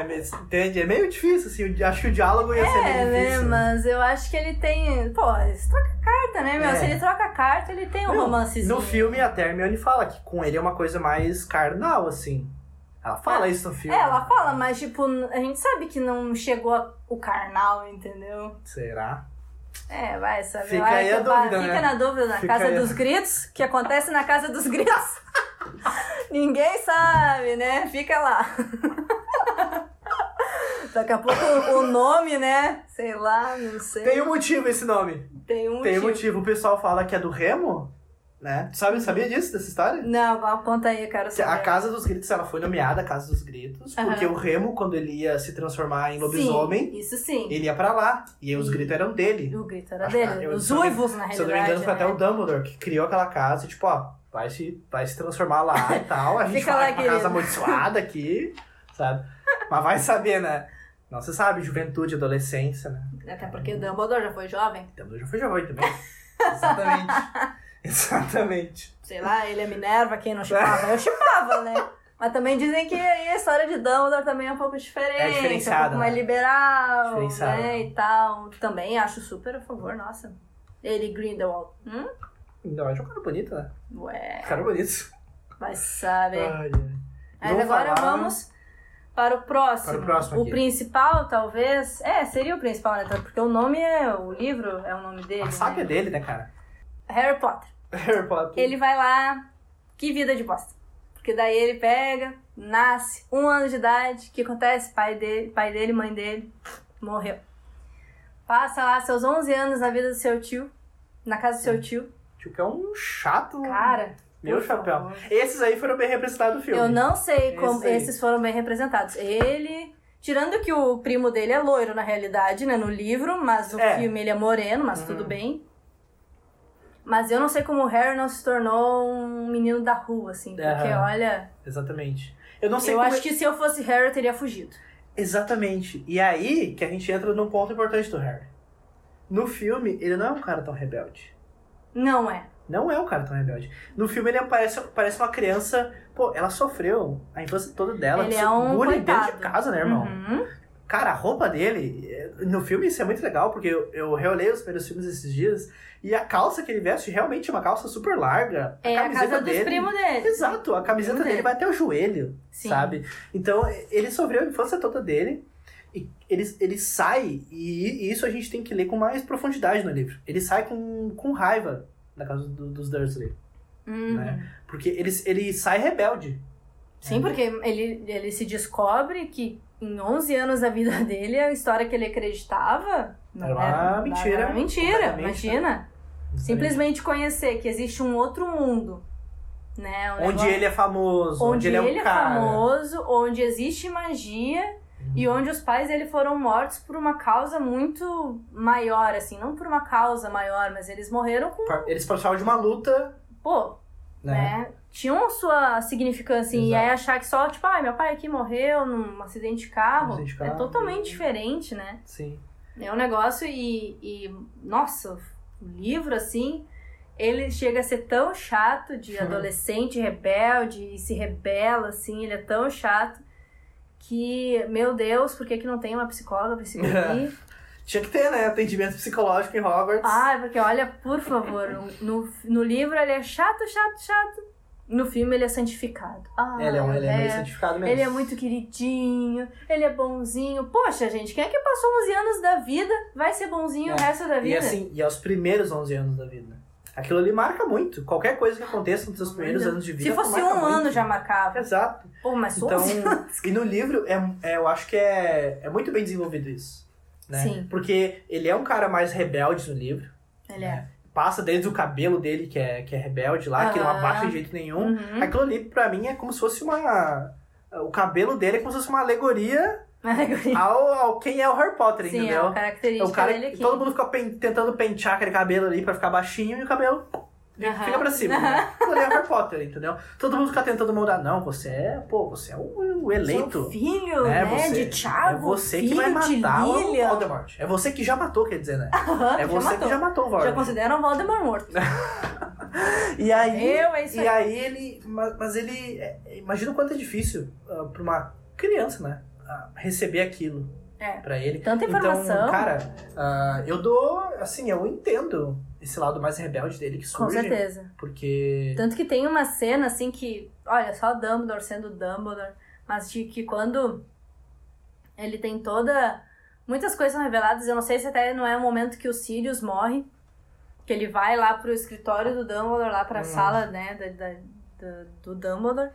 é meio... Entende? É meio difícil, assim. eu Acho que o diálogo ia ser
é,
meio
né?
difícil.
Mas eu acho que ele tem, pô, eles trocam carta, né, meu?
É.
Se ele troca carta, ele tem um
Não,
romancezinho.
No filme, até a Hermione fala que com ele é uma coisa mais carnal, assim. Ela fala isso no
É,
filme.
ela fala, mas tipo, a gente sabe que não chegou a- o carnal, entendeu?
Será?
É, vai, sabe?
Fica
Vai
aí a
que vai-
dúvida,
Fica
né?
na dúvida, na
Fica
casa
aí a-
dos gritos, que acontece na casa dos gritos. Ninguém sabe, né? Fica lá. Daqui a pouco o nome, né? Sei lá, não sei.
Tem um motivo esse nome.
Tem um
Tem um
motivo.
motivo. O pessoal fala que é do Remo, né? Tu sabe, sabia disso, dessa história?
Não, aponta aí, eu quero
Que
saber.
A Casa dos Gritos, ela foi nomeada Casa dos Gritos,
Aham.
porque o Remo, quando ele ia se transformar em um lobisomem,
Sim, isso sim.
ele ia pra lá. E aí os gritos eram dele.
O grito era
Acho que-
dele.
eu-
Os
se eu não-
uivos, na realidade.
Se eu não me engano, foi até
né?
o Dumbledore que criou aquela casa e, tipo, ó, vai se, vai se transformar lá e tal. A gente
Fica
fala
lá,
que é uma
querido.
casa amaldiçoada aqui, sabe? Mas vai saber, né? Não se sabe, juventude, adolescência, né?
Até porque o Dumbledore já foi jovem.
Dumbledore já foi jovem também. Exatamente. Exatamente.
Sei lá, ele é Minerva, quem não chipava. Eu chipava, né? Mas também dizem que aí a história de Dumbledore também é um pouco diferente.
É diferenciada,
Um pouco mais
né?
liberal,
Diferenciada.
né? E tal. Também acho super a favor, nossa. Ele e Grindelwald. Hum?
Não, é um cara bonito, né?
Ué,
Cara bonito.
vai saber.
Ai, ai.
Mas
Ah, Vamos
agora
falar-
vamos para o próximo.
Para o próximo aqui.
principal, talvez. É, seria o principal, né? Porque o nome é. O livro é o nome dele.
A saga
né?
é dele, né, cara?
Harry Potter.
Harry Potter.
Ele vai lá, que vida de bosta. Porque daí ele pega, nasce, um ano de idade, o que acontece? Pai dele, pai dele, mãe dele, morreu. Passa lá seus 11 anos na vida do seu tio, na casa do seu tio.
Tipo, que é um chato.
Cara,
meu
por
chapéu.
favor.
Esses aí foram bem representados no filme.
eu não sei como
Esse aí.
esses foram bem representados. Ele, tirando que o primo dele é loiro na realidade, né, no livro, mas no
É.
filme ele é moreno, mas
Uhum.
tudo bem. Mas eu não sei como o Harry não se tornou um menino da rua, assim. Porque,
Aham.
olha,
Exatamente. Eu não sei
eu
como
acho
é-
que se eu fosse Harry, eu teria fugido.
Exatamente. E aí que a gente entra num ponto importante do Harry. No filme, ele não é um cara tão rebelde.
Não é.
Não é um cara tão rebelde. No filme, ele parece, parece uma criança. Pô, ela sofreu a infância toda dela.
Ele
so-
é um
bullying dentro de
coitado.
casa, né, irmão?
Uhum.
Cara, a roupa dele, é, no filme isso é muito legal, porque eu, eu reolhei os primeiros filmes esses dias, e a calça que ele veste realmente é uma calça super larga.
É a
camiseta
casa dos
dele.
primos dele.
Exato, a camiseta
Primo
dele
dele.
vai até o joelho,
Sim.
sabe? Então, ele sofreu a infância toda dele, e ele, ele sai, e, e isso a gente tem que ler com mais profundidade no livro. Ele sai com, com raiva da casa do- dos Dursley,
Uhum.
né? porque ele, ele sai rebelde. Uhum.
Sim, porque ele, ele se descobre que em 11 anos da vida dele, a história que ele acreditava não
Era
era,
uma mentira,
Era uma mentira,
completamente, né?
imagina. Simplesmente conhecer que existe um outro mundo, né? Um
Onde
negócio-
ele é famoso, onde,
onde
ele é um cara.
famoso, onde existe magia e
Uhum.
onde os pais dele foram mortos por uma causa muito maior, assim. Não por uma causa maior, mas eles morreram com...
Par- Eles participaram de uma luta,
Pô,
né?
né? Tinham sua significância. E
Exato.
aí achar que só, tipo, ah, meu pai aqui morreu num acidente de carro.
Um acidente de carro.
É totalmente diferente, né?
Sim.
É um negócio e, e. Nossa, o livro, assim. Ele chega a ser tão chato de
Hum.
adolescente rebelde e se rebela, assim. Ele é tão chato que, meu Deus, por que, que não tem uma psicóloga pra esse guri?
Tinha que ter, né? Atendimento psicológico em Hogwarts.
Ah, porque olha, por favor, um, no, no livro ele é chato, chato, chato. No filme ele é santificado. Ah,
ele é, um, ele é meio
é.
santificado mesmo.
Ele é muito queridinho, ele é bonzinho. Poxa, gente, quem é que passou 11 anos da vida vai ser bonzinho o
É.
resto da
E
vida?
assim, e aos primeiros 11 anos da vida. Aquilo ali marca muito. Qualquer coisa que aconteça nos seus primeiros anos de vida.
Se fosse
marca
um
muito.
ano já marcava.
Exato.
Pô, mas assim,
Então,
11
e no livro, é, é, eu acho que é, é muito bem desenvolvido isso. Né?
Sim.
Porque ele é um cara mais rebelde no livro. né?
Ele é.
Passa desde o cabelo dele, que é, que é rebelde lá, que não
Aham.
abaixa de jeito nenhum.
Uhum.
Aquilo ali, pra mim, é como se fosse uma. O cabelo dele é como se fosse uma alegoria ao, ao quem é o Harry Potter,
Sim, é
entendeu?
uma característica
É o cara
dele
que
aqui.
todo mundo fica pen- tentando pentear aquele cabelo ali pra ficar baixinho e o cabelo
Aham.
fica pra cima.
Aham.
Né? Aquilo ali é o Harry Potter, entendeu? Todo mundo fica tentando moldar. Não, você é, pô, você é o, o
Seu
eleito.
filho,
É,
né, de
você-
Thiago.
é você que
filho
vai matar
de
o
Lilian.
Voldemort. É você que já matou, quer dizer, né?
Aham,
É você que
Ah, matou.
já matou o
Já
Voldemort.
consideram o Voldemort morto.
E aí,
Eu, é isso
e
aí.
aí ele. Mas, mas ele. é, imagina o quanto é difícil ah, pra uma criança, né? ah, receber aquilo
É.
pra ele.
Tanta informação.
Então, cara, ah, eu dou. Assim, eu entendo esse lado mais rebelde dele que
Com
surge.
certeza.
Porque.
Tanto que tem uma cena assim que, olha, só Dumbledore sendo Dumbledore, mas de que quando ele tem toda. Muitas coisas são reveladas, eu não sei se até não é o momento que o Sirius morre, que ele vai lá pro escritório do Dumbledore, lá pra
Hum.
sala, né, da, da- da- do Dumbledore,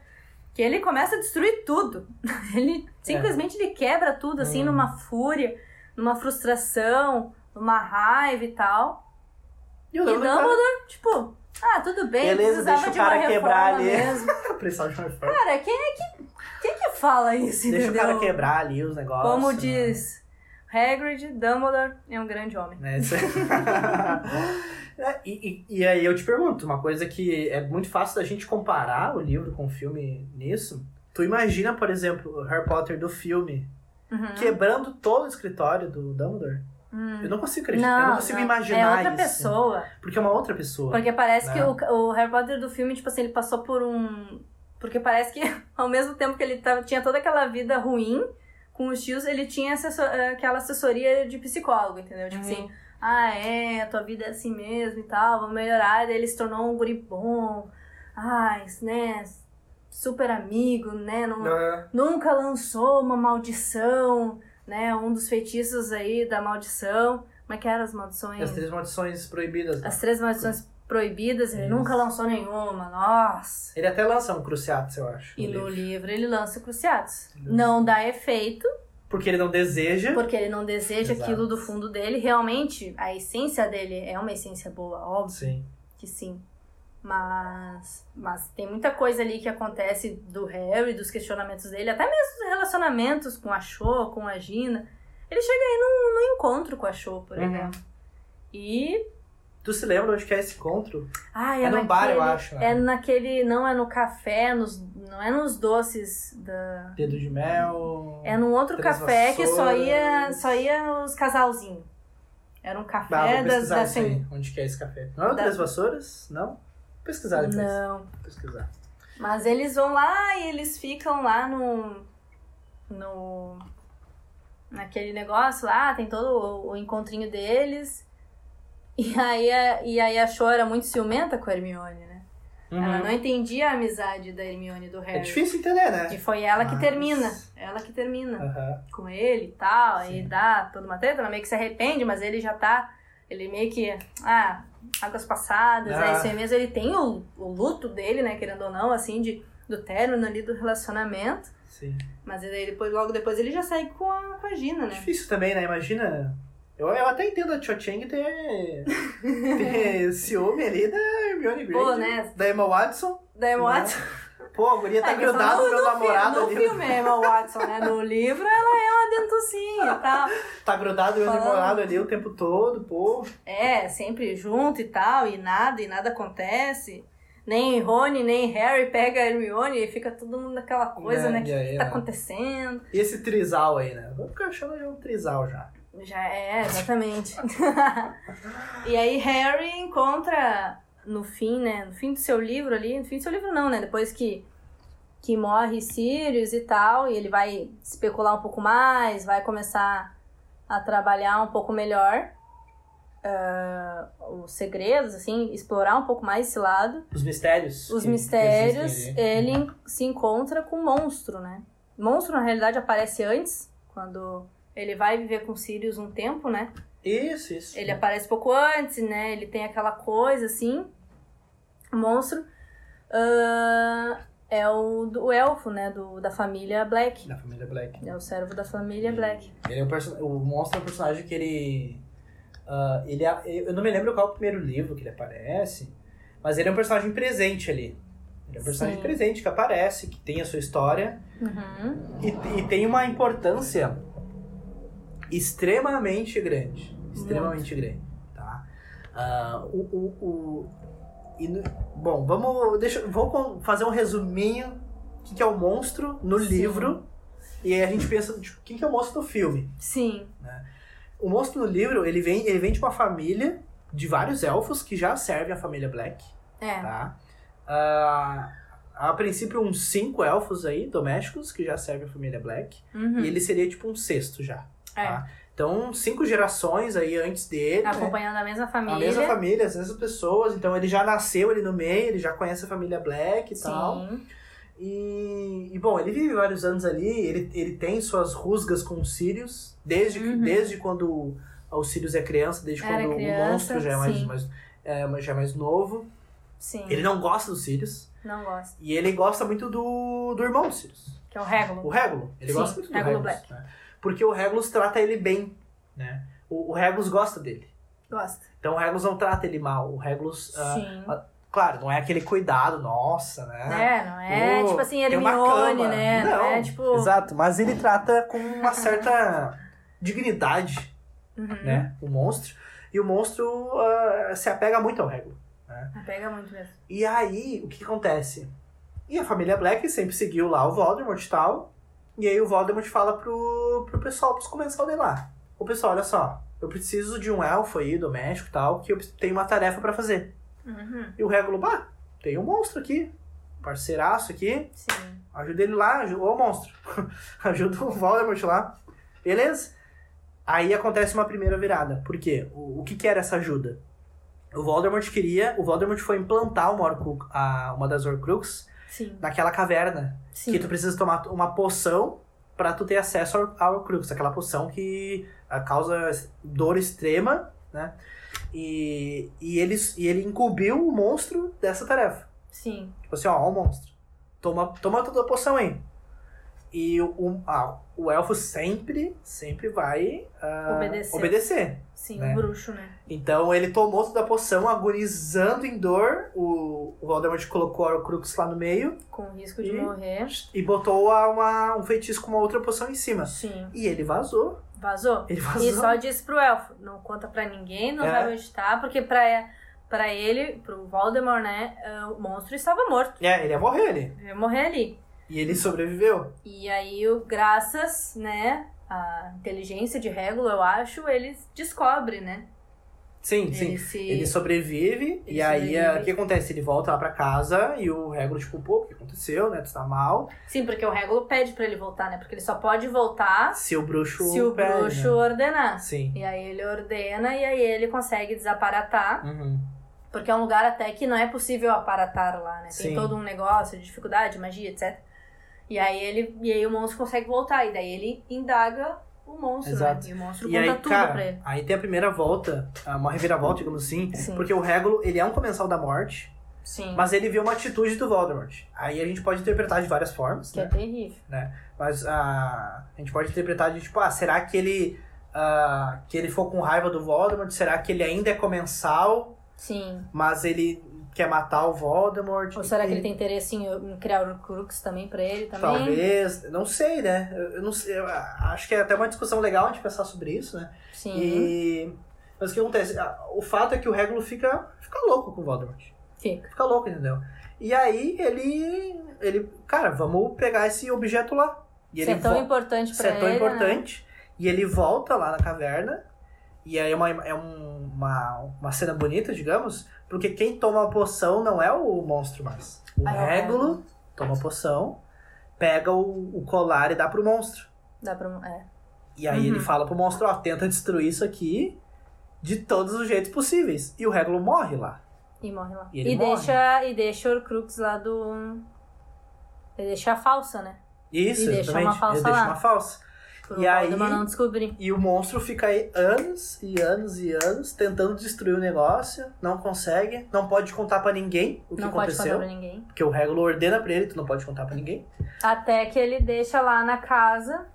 que ele começa a destruir tudo. Ele simplesmente ele quebra tudo, assim,
É. Hum.
numa fúria, numa frustração, numa raiva e tal.
E o
E
Dumbledore tá-
Dumbledore, tipo, ah, tudo bem,
Beleza,
precisava
deixa o
de uma
cara quebrar
reforma
ali.
mesmo.
precisava de uma reforma.
Cara, quem é que, quem é que fala isso,
Deixa
entendeu?
o cara quebrar ali os negócios.
Como
né?
diz Hagrid, Dumbledore é um grande homem.
Né? Isso- É, e, e, e aí eu te pergunto, uma coisa que é muito fácil da gente comparar o livro com o filme nisso. Tu imagina, por exemplo, o Harry Potter do filme
Uhum.
quebrando todo o escritório do Dumbledore?
Hum.
Eu não consigo acreditar, eu não consigo imaginar
É outra
isso. né?
pessoa.
Porque é uma outra pessoa.
Porque parece que
Né?
o, o Harry Potter do filme, tipo assim, ele passou por um. Porque parece que ao mesmo tempo que ele tava, tinha toda aquela vida ruim com os tios, ele tinha assessor- eh, aquela assessoria de psicólogo, entendeu? Tipo
Uhum.
assim, ah, é, a tua vida é assim mesmo e tal, vamos melhorar. Daí ele se tornou um guri bom, ai, né, super amigo, né, não-
Né?
nunca lançou uma maldição, né, um dos feitiços aí da maldição. Como é que eram as maldições?
As três maldições proibidas. né?
As três maldições proibidas, ele
Isso.
nunca lançou nenhuma, nossa.
Ele até lança um cruciatus, eu acho.
E
no
no
livro.
livro ele lança o Cruciatus.
Ele lança.
Não dá efeito,
Porque ele não deseja.
porque ele não deseja
Exato.
aquilo do fundo dele. Realmente, a essência dele é uma essência boa, óbvio.
Sim.
que sim. Mas, mas tem muita coisa ali que acontece do Harry, dos questionamentos dele, até mesmo dos relacionamentos com a Cho, com a Gina. Ele chega aí num, num encontro com a Cho, por
Uhum.
exemplo. E
Tu se lembra onde que é esse encontro?
Ah,
É,
é,
num bar, eu
naquele-
acho.
É
né?
naquele. Não é no café, nos, não é nos doces da.
Dedo de mel.
É num outro
Três
café que só
vassouras.
ia, só ia os casalzinhos. Era um
Bah,
café
Ah, vou
das,
pesquisar
das
isso aí, onde que é esse café. Não é o
Da-
Três Vassouras? Não? Vou pesquisar depois.
Não.
Vou Pesquisar.
Mas eles vão lá e eles ficam lá no. no naquele negócio lá, tem todo o, o encontrinho deles. E aí, a, e aí a Cho era muito ciumenta com a Hermione, né? Ela
Uhum.
não entendia a amizade da Hermione e do Harry.
É difícil entender,
E
né?
foi ela que
Mas-
termina. Ela que termina.
Aham.
com ele e tal, aí
Sim.
dá toda uma treta, ela meio que se arrepende, mas ele já tá, ele meio que, ah, águas passadas,
Ah.
é isso aí mesmo, ele tem o, o luto dele, né, querendo ou não, assim, de, do término ali do relacionamento,
Sim.
mas aí depois, logo depois ele já sai com a, com a Gina, né.
Difícil também, né? Imagina. Eu, eu até entendo a Cho Chang ter, ter ciúme ali da Hermione Granger.
Pô, né?
Da Emma Watson.
Da Emma
Né?
Watson.
Pô, a guria tá
É, que
grudada
no-
no meu
no fi-
namorado
No
ali.
filme é Emma Watson, né? No livro ela é uma dentucinha e tal.
Tá grudado no meu
Falando.
namorado ali o tempo todo, pô.
É, sempre junto e tal, e nada, e nada acontece. Nem Rony, nem Harry pega a Hermione e fica todo mundo naquela coisa,
Né,
né? O que,
e aí,
que tá
né?
acontecendo?
E esse trisal aí, né? Vou ficar achando já um trisal já.
Já é, exatamente. e aí Harry encontra no fim, né? No fim do seu livro ali, no fim do seu livro não, né? Depois que, que morre Sirius e tal, e ele vai especular um pouco mais, vai começar a trabalhar um pouco melhor ah, os segredos, assim, explorar um pouco mais esse lado.
Os mistérios.
Os
que
mistérios,
existem ali.
ele se encontra com o monstro, né? O monstro, na realidade, aparece antes, quando ele vai viver com Sirius um tempo, né?
Isso, isso.
Ele é aparece pouco antes, né? Ele tem aquela coisa assim. O monstro ah, é o, do- o elfo, né? Do, da família Black.
Da família Black.
É o servo da família Black.
Ele é um perso- o monstro é um personagem que ele. ah, ele é- eu não me lembro qual é o primeiro livro que ele aparece, mas ele é um personagem presente ali. Ele é um personagem
Sim.
presente que aparece, que tem a sua história
Uhum.
e, e tem uma importância extremamente grande. Extremamente grande, tá? Ah, o, o, o- e no- bom, vamos, deixa, vou con- fazer um resuminho do que, que é o monstro no
Sim.
livro. E aí a gente pensa, tipo, quem que é o monstro no filme?
Sim.
O monstro no livro, ele vem, ele vem de uma família de vários elfos que já servem à família Black,
É.
tá? Ah, a princípio, uns cinco elfos aí, domésticos, que já servem à família Black.
Uhum.
E ele seria tipo um sexto já.
é.
Então, cinco gerações aí antes dele. né?
Acompanhando a mesma família.
A mesma família, as mesmas pessoas. Então, ele já nasceu ali no meio, ele já conhece a família Black e tal.
Sim.
E, e, bom, ele vive vários anos ali, ele, ele tem suas rusgas com os Sirius, desde, que-
Uhum.
desde quando o- o Sirius é criança, desde
Era
quando o
criança,
monstro já é mais,
sim.
mais- é, mas já é mais novo.
Sim.
Ele não gosta do Sirius,
Não gosta.
e ele gosta muito do, do irmão do Sirius,
Que é o Regulo.
o Regulus. Ele
Sim,
gosta muito do
Regulus
Regulus, né? porque o Regulus trata ele bem, né? O, o Regulus gosta dele.
Gosta.
Então o Regulus não trata ele mal, o Regulus... ah,
Sim.
claro, não é aquele cuidado, nossa, né?
É, não é
Pô,
tipo assim,
tem uma
Hermione,
cama.
né? Não, é tipo.
Exato, mas ele trata com uma certa dignidade,
Uhum.
né? O monstro. E o monstro ah, se apega muito ao Regulo.
Pega muito mesmo.
E aí, o que acontece? E a família Black sempre seguiu lá o Voldemort e tal. E aí o Voldemort fala pro, pro pessoal, pros comensais dele lá. Ô pessoal, olha só, eu preciso de um elfo aí, doméstico e tal, que eu tenho uma tarefa pra fazer.
Uhum.
E o Regulo, bah, tem um monstro aqui, um parceiraço aqui,
Sim.
Ajuda ele lá, ajuda, ô monstro. ajuda o Voldemort lá. Beleza? Aí acontece uma primeira virada. Por quê? O, o que, que era essa ajuda? O Voldemort queria. O Voldemort foi implantar uma, Horcru- a- uma das Horcrux
Sim.
naquela caverna.
Sim.
Tá. Que tu precisa tomar uma poção pra tu ter acesso ao- ao Horcrux. Aquela poção que ah, causa dor extrema, né? E, e, ele, e ele incumbiu o monstro dessa tarefa.
Sim.
Tipo assim, ó, ó o monstro. Toma, toma toda a poção aí. E o, o- ah, o elfo sempre, sempre vai ah,
Obedecer.
obedecer.
Sim.
Né?
Um bruxo, né?
Então ele tomou toda a poção, agonizando em dor. O, o Voldemort colocou o Crux lá no meio
Com risco de
E-
morrer.
e botou a- uma- um feitiço com uma outra poção em cima.
Sim.
E ele vazou.
Vazou.
Ele
E
vazou.
só disse pro elfo, não conta pra ninguém, não
É.
vai meditar, porque pra, pra ele, pro Voldemort, né, eh, o monstro estava morto,
É, ele ia morrer ali.
ia morrer ali.
E ele sobreviveu.
E aí, o- graças, né, à inteligência de Regulo, eu acho, ele descobre, né?
Sim, sim.
Ele se...
Ele sobrevive,
Ele
e aí
sobrevive.
ah, o que acontece? Ele volta lá pra casa e o Regulus, tipo, pô, o que aconteceu, né? Tu tá mal.
Sim, porque o Regulo pede pra ele voltar, né? Porque ele só pode voltar
Se o bruxo.
se o
pede, né?
bruxo ordenar.
Sim.
E aí ele ordena e aí ele consegue desaparatar.
Uhum.
Porque é um lugar até que não é possível aparatar lá, né?
Sim.
Tem todo um negócio de dificuldade, magia, etc. E aí ele. E aí o monstro consegue voltar. E daí ele indaga o monstro,
Exato.
né? E o monstro
E
conta
aí,
tudo pra ele.
cara, aí tem a primeira volta, ah, uma reviravolta, digamos assim,
Sim.
porque o Regulo, ele é um comensal da morte,
Sim.
mas ele vê uma atitude do Voldemort. Aí a gente pode interpretar de várias formas,
Que é
né?
terrível.
Mas ah, a gente pode interpretar de tipo, ah, será que ele. ah, que ele ficou com raiva do Voldemort? Será que ele ainda é comensal,
Sim.
mas ele quer matar o Voldemort?
Ou será que ele tem interesse em, em criar o Crux também pra ele também?
Talvez, não sei, né? Eu, eu não sei, eu acho que é até uma discussão legal a gente pensar sobre isso, né?
Sim. Uhum.
E. Mas o que acontece? Ah, O fato é que o Regulo fica, fica louco com o Voldemort.
Fica.
Fica louco, entendeu? E aí ele. ele cara, vamos pegar esse objeto lá. E
Isso
ele
é tão
vo-
importante
Isso
pra
é tão
ele. Né?
importante. E ele volta lá na caverna. E aí é, uma, é um- uma, uma cena bonita, digamos. Porque quem toma a poção não é o monstro mais. O
Ah, é o
Regulo toma a poção, pega o, o colar e dá pro monstro.
Dá pra. É.
E aí
Uhum.
ele fala pro monstro, ó, tenta destruir isso aqui de todos os jeitos possíveis. E o Regulo morre lá.
E morre lá.
E ele morre.
deixa E deixa o Horcrux lá do. Ele deixa a falsa, né?
Isso,
E deixa
exatamente.
uma falsa
ele deixa
lá.
uma falsa.
Pro
E aí-
Voldemort não descobrir.
E o monstro fica aí anos e anos e anos tentando destruir o negócio, não consegue, não pode contar pra ninguém o que
não pode contar
aconteceu,
pra ninguém.
porque o Regulo ordena pra ele, tu não pode contar pra ninguém,
Até que ele deixa lá na casa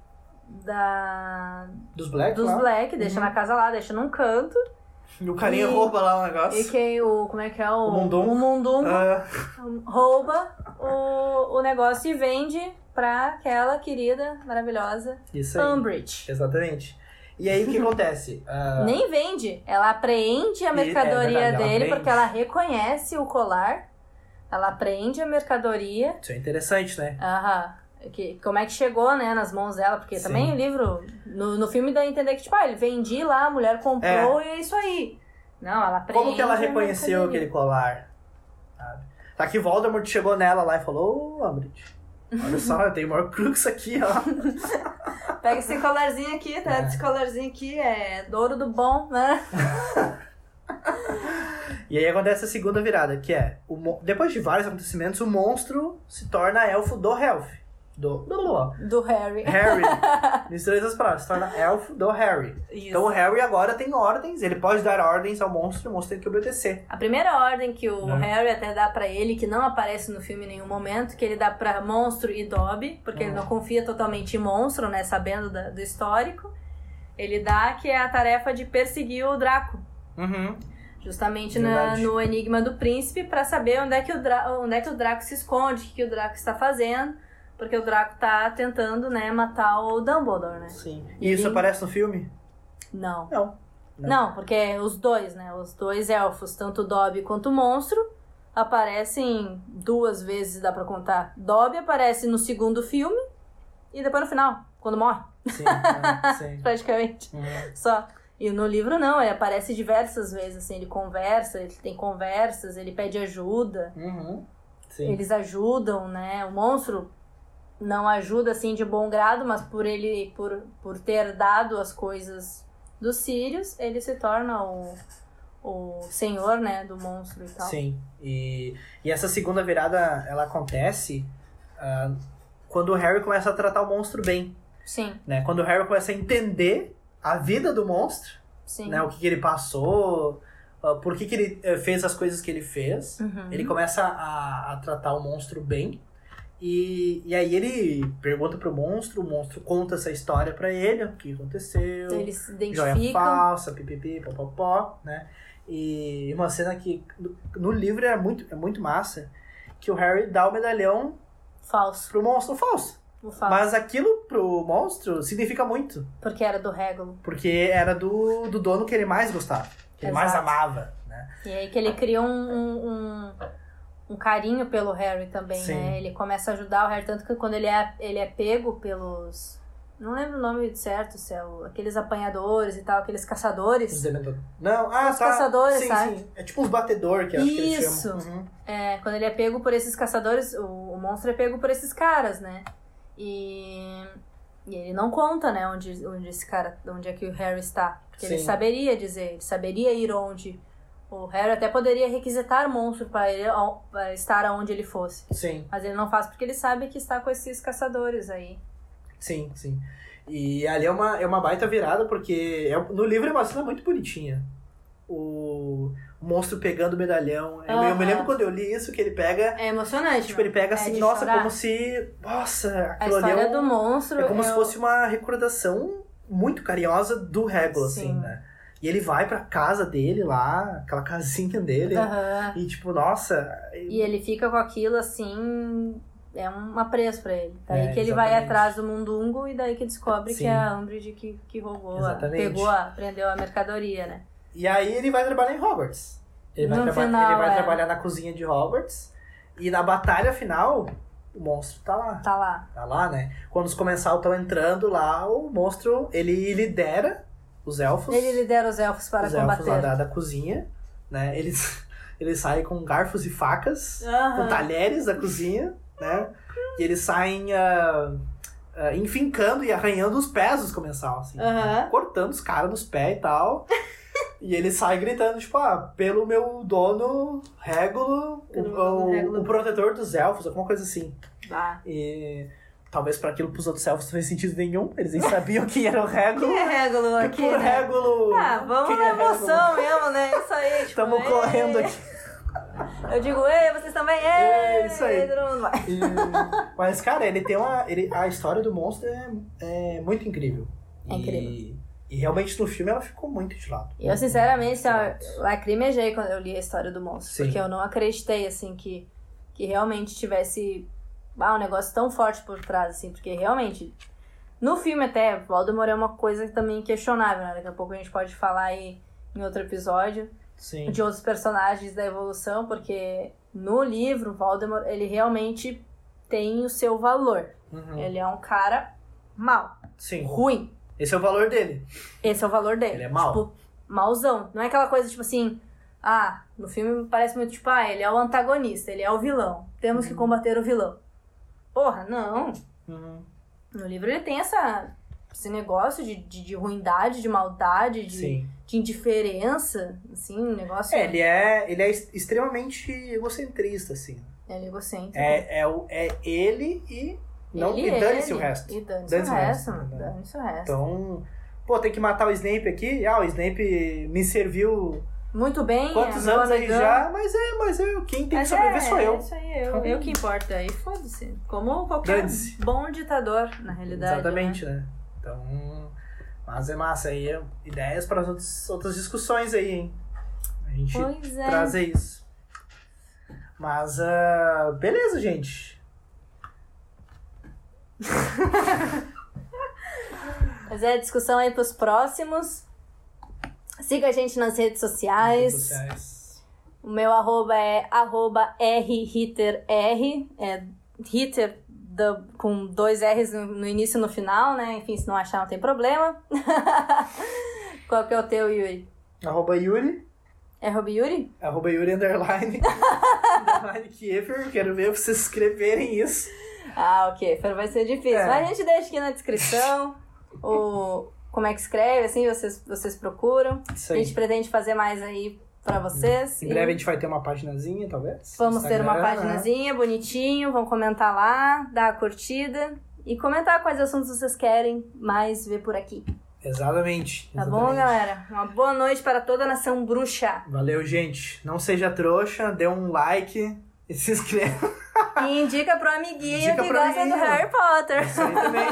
da
dos Black
dos
lá. Uhum.
Black, deixa na casa lá, deixa num canto.
E o carinha
E-
rouba lá o negócio.
E quem o como é que é o
O Mundungo.
o Mundungo
Ah,
rouba o, o negócio e vende pra aquela querida maravilhosa
isso aí.
Umbridge.
Exatamente. E aí o que acontece? Ah,
Nem vende, ela apreende a
E- é
mercadoria
verdade, ela
dele
apreende.
porque ela reconhece o colar. Ela apreende a mercadoria.
Isso é interessante, né?
Aham. Que, como é que chegou, né, nas mãos dela? Porque
Sim.
também o livro, no, no filme dá a entender que, tipo, ah, ele vendi lá, a mulher comprou e é isso aí. Não, ela aprende.
Como que ela
a
reconheceu
mercadoria.
aquele colar? Sabe? Tá que Voldemort chegou nela lá e falou, ô Umbridge, olha só, eu tenho o maior crux aqui, ó.
Pega esse colarzinho aqui, tá?
É.
Esse colarzinho aqui é ouro do bom, né?
E aí acontece a segunda virada, que é, o mon- depois de vários acontecimentos, o monstro se torna elfo do Helf. Do... blá, blá, blá.
Do Harry.
Harry. Misturei essas palavras, se torna elfo do Harry.
Isso.
Então o Harry agora tem ordens, ele pode dar ordens ao monstro, o monstro tem que obedecer.
a primeira ordem que o
Né?
Harry até dá pra ele, que não aparece no filme em nenhum momento, que ele dá pra Monstro e Dobby, porque ele
Hum.
não confia totalmente em Monstro, né? Sabendo da- do histórico. Ele dá que é a tarefa de perseguir o Draco.
Uhum.
Justamente na,
Verdade.
no Enigma do Príncipe para saber onde é, que o Dra- onde é que o Draco se esconde, o que, que o Draco está fazendo, porque o Draco tá tentando, né, matar o Dumbledore, né?
Sim. E isso
Ele-
aparece no filme?
Não.
Não.
Não, porque os dois, né, os dois elfos, tanto o Dobby quanto o Monstro, aparecem duas vezes, dá pra contar. Dobby aparece no segundo filme e depois no final, quando morre,
Sim, é, sim.
praticamente.
Uhum.
Só. E no livro não, ele aparece diversas vezes, assim, ele conversa, ele tem conversas, ele pede ajuda.
Uhum. Sim.
eles ajudam, né? O monstro não ajuda assim de bom grado, mas por ele por, por ter dado as coisas dos Sirius, ele se torna o, o senhor, né, do monstro e tal.
Sim. E, e essa segunda virada, ela acontece ah, quando o Harry começa a tratar o monstro bem,
sim,
né? Quando o Harry começa a entender a vida do monstro,
sim.
né? O que, que ele passou, ah, por que, que ele eh, fez as coisas que ele fez.
Uhum.
Ele começa a, a tratar o monstro bem. E, e aí ele pergunta pro monstro, o monstro conta essa história pra ele, o que aconteceu
Então, eles se
joia
identificam.
falsa, pipipi, popopó, né? E uma cena que no- no livro é muito, é muito massa, que o Harry dá o medalhão
Falso.
pro monstro falso.
O falso.
Mas aquilo pro monstro significa muito.
Porque era do Regulo.
Porque era do, do dono que ele mais gostava, que ele mais
Exato.
amava, né?
E aí que ele cria um, um, um- um carinho pelo Harry também,
Sim.
né? Ele começa a ajudar o Harry, tanto que quando ele é, ele é pego pelos. Não lembro o nome certo, se é o- aqueles apanhadores e tal, aqueles
Os
caçadores.
dementadores. Não, ah,
Os
tá.
caçadores,
sim,
sabe?
sim. É tipo os batedor que eu acho que eles
Isso.
chamam. Uhum.
É, quando ele é pego por esses caçadores, o, o monstro é pego por esses caras, né? E, e ele não conta, né, onde, onde esse cara, onde é que o Harry está. Porque ele
Sim.
saberia dizer, ele saberia ir onde. O Harry até poderia requisitar o monstro para ele ao- pra estar onde ele fosse.
Sim.
Mas ele não faz porque ele sabe que está com esses caçadores aí.
Sim, sim. E ali é uma, é uma baita virada, porque é- no livro é uma cena muito bonitinha. O monstro pegando o medalhão. Eu, eu me
Aham.
lembro quando eu li isso, que ele pega.
É emocionante.
Tipo, ele
É
pega assim,
de
nossa,
chorar.
como se. Nossa,
A
aquilo ali
história
é,
do
um-
monstro.
é como se
eu-
fosse uma recordação muito carinhosa do Hegel, assim,
Sim.
né? E ele vai pra casa dele lá, aquela casinha dele.
Aham.
E tipo, nossa,
E ele fica com aquilo assim. É um apreço pra ele. Daí
É,
que ele vai
exatamente.
atrás do mundungo e daí que descobre
Sim.
que é a Umbridge que, que roubou, a-
Exatamente.
pegou, a, prendeu a mercadoria, né?
E aí ele vai trabalhar em Hogwarts. Ele vai,
No
traba-
final,
ele vai
é.
trabalhar na cozinha de Hogwarts. E na batalha final, o monstro tá lá.
Tá lá.
Tá lá, né? Quando os comensais estão entrando lá, o monstro, ele lidera os elfos.
Ele lidera os elfos para
os elfos lá
combater.
da, da cozinha, né? Eles, eles saem com garfos e facas, com
Aham.
talheres da cozinha, né? E eles saem ah, ah, enfincando e arranhando os pés dos comensais, assim
Aham.
cortando os caras nos pés e tal. e ele sai gritando, tipo, ah, pelo meu dono Régulo, o,
Pelo meu dono
o-
Régulo.
o protetor dos elfos, alguma coisa assim.
Lá.
E talvez pra aquilo pros outros elfos não fez sentido nenhum, eles nem sabiam quem era o
Que
Régulo.
é Regulo
Que
aqui,
por
né?
Régulo!
Ah, vamos
quem
na
é Régulo?
emoção mesmo, né? Isso aí. Tipo,
Tamo
ei.
correndo aqui.
Eu digo, ei, vocês também, ei!
É, isso aí.
Todo mundo vai.
E- Mas, cara, ele tem uma. Ele, a história do monstro é, é muito incrível.
É incrível.
E, e realmente no filme ela ficou muito de lado.
Eu, sinceramente, eu lacrimejei quando eu li a história do monstro.
Sim.
Porque eu não acreditei, assim, que, que realmente tivesse ah, um negócio tão forte por trás, assim. Porque realmente, no filme até, Voldemort é uma coisa também questionável, né? Daqui a pouco a gente pode falar aí em outro episódio
Sim.
de outros personagens da evolução, porque no livro, Voldemort, ele realmente tem o seu valor.
Uhum.
Ele é um cara mau,
Sim.
ruim.
Esse é o valor dele.
Esse é o valor dele.
Ele é mau.
Tipo, mauzão. Não é aquela coisa, tipo assim, ah, no filme parece muito tipo, ah, ele é o antagonista, ele é o vilão. Temos que combater o vilão. Porra, não.
Uhum.
No livro ele tem essa, esse negócio de, de, de ruindade, de maldade, de,
Sim.
de indiferença, assim, um negócio.
É, ele é, ele é es- extremamente egocentrista, assim.
Ele é egocêntrico.
É, é, o, é ele e. Não,
Ele, é
e dane-se o
ele.
resto.
E dane-se
Dane-se
o
o
resto,
resto,
mano.
né?
Dane-se o resto.
Então. Pô, tem que matar o Snape aqui. Ah, o Snape me serviu
Muito bem.
quantos
é, meu
anos aí
amigão.
já? Mas é, mas eu. Quem tem que
Mas
sobreviver
é,
sou
é
eu.
Isso aí, eu,
Então-
eu que importa. Aí foda-se. Como qualquer
Dane-se.
bom ditador, na realidade.
Exatamente, né? Então. Mas é massa aí. é Ideias para as outras, outras discussões aí, hein? A gente
né? Pois é.
trazer isso. Mas, ah, beleza, gente.
Mas é discussão aí pros próximos. Siga a gente nas redes
Redes
sociais.
sociais.
O meu arroba é arroba rhitterr. É hitter do- com dois R's no, no início e no final, né? Enfim, se não achar, não tem problema. Qual que é o teu, Yuri?
Arroba Yuri.
É arroba Yuri?
Arroba Yuri underline. underline Kiefer. Quero ver vocês escreverem isso.
Ah, ok. Pero vai ser difícil.
É.
Mas a gente deixa aqui na descrição o, como é que escreve, assim, vocês, vocês procuram.
Isso
A gente
aí.
pretende fazer mais aí pra vocês.
Em
E-
breve a gente vai ter uma paginazinha, talvez.
Vamos ter uma
Instagram, né?
paginazinha bonitinho, vão comentar lá, dar a curtida e comentar quais assuntos vocês querem mais ver por aqui.
Exatamente.
Tá
exatamente.
bom, galera? Uma boa noite para toda a nação bruxa.
Valeu, gente. Não seja trouxa, dê um like e se inscreva.
E indica pro amiguinho
Indica
que
pro
gosta do
amiguinho.
Harry Potter.
Isso aí também.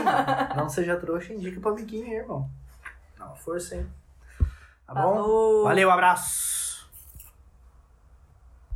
Não seja trouxa, indica pro amiguinho, irmão. Dá uma força, hein? Tá bom?
Falou.
Valeu, abraço.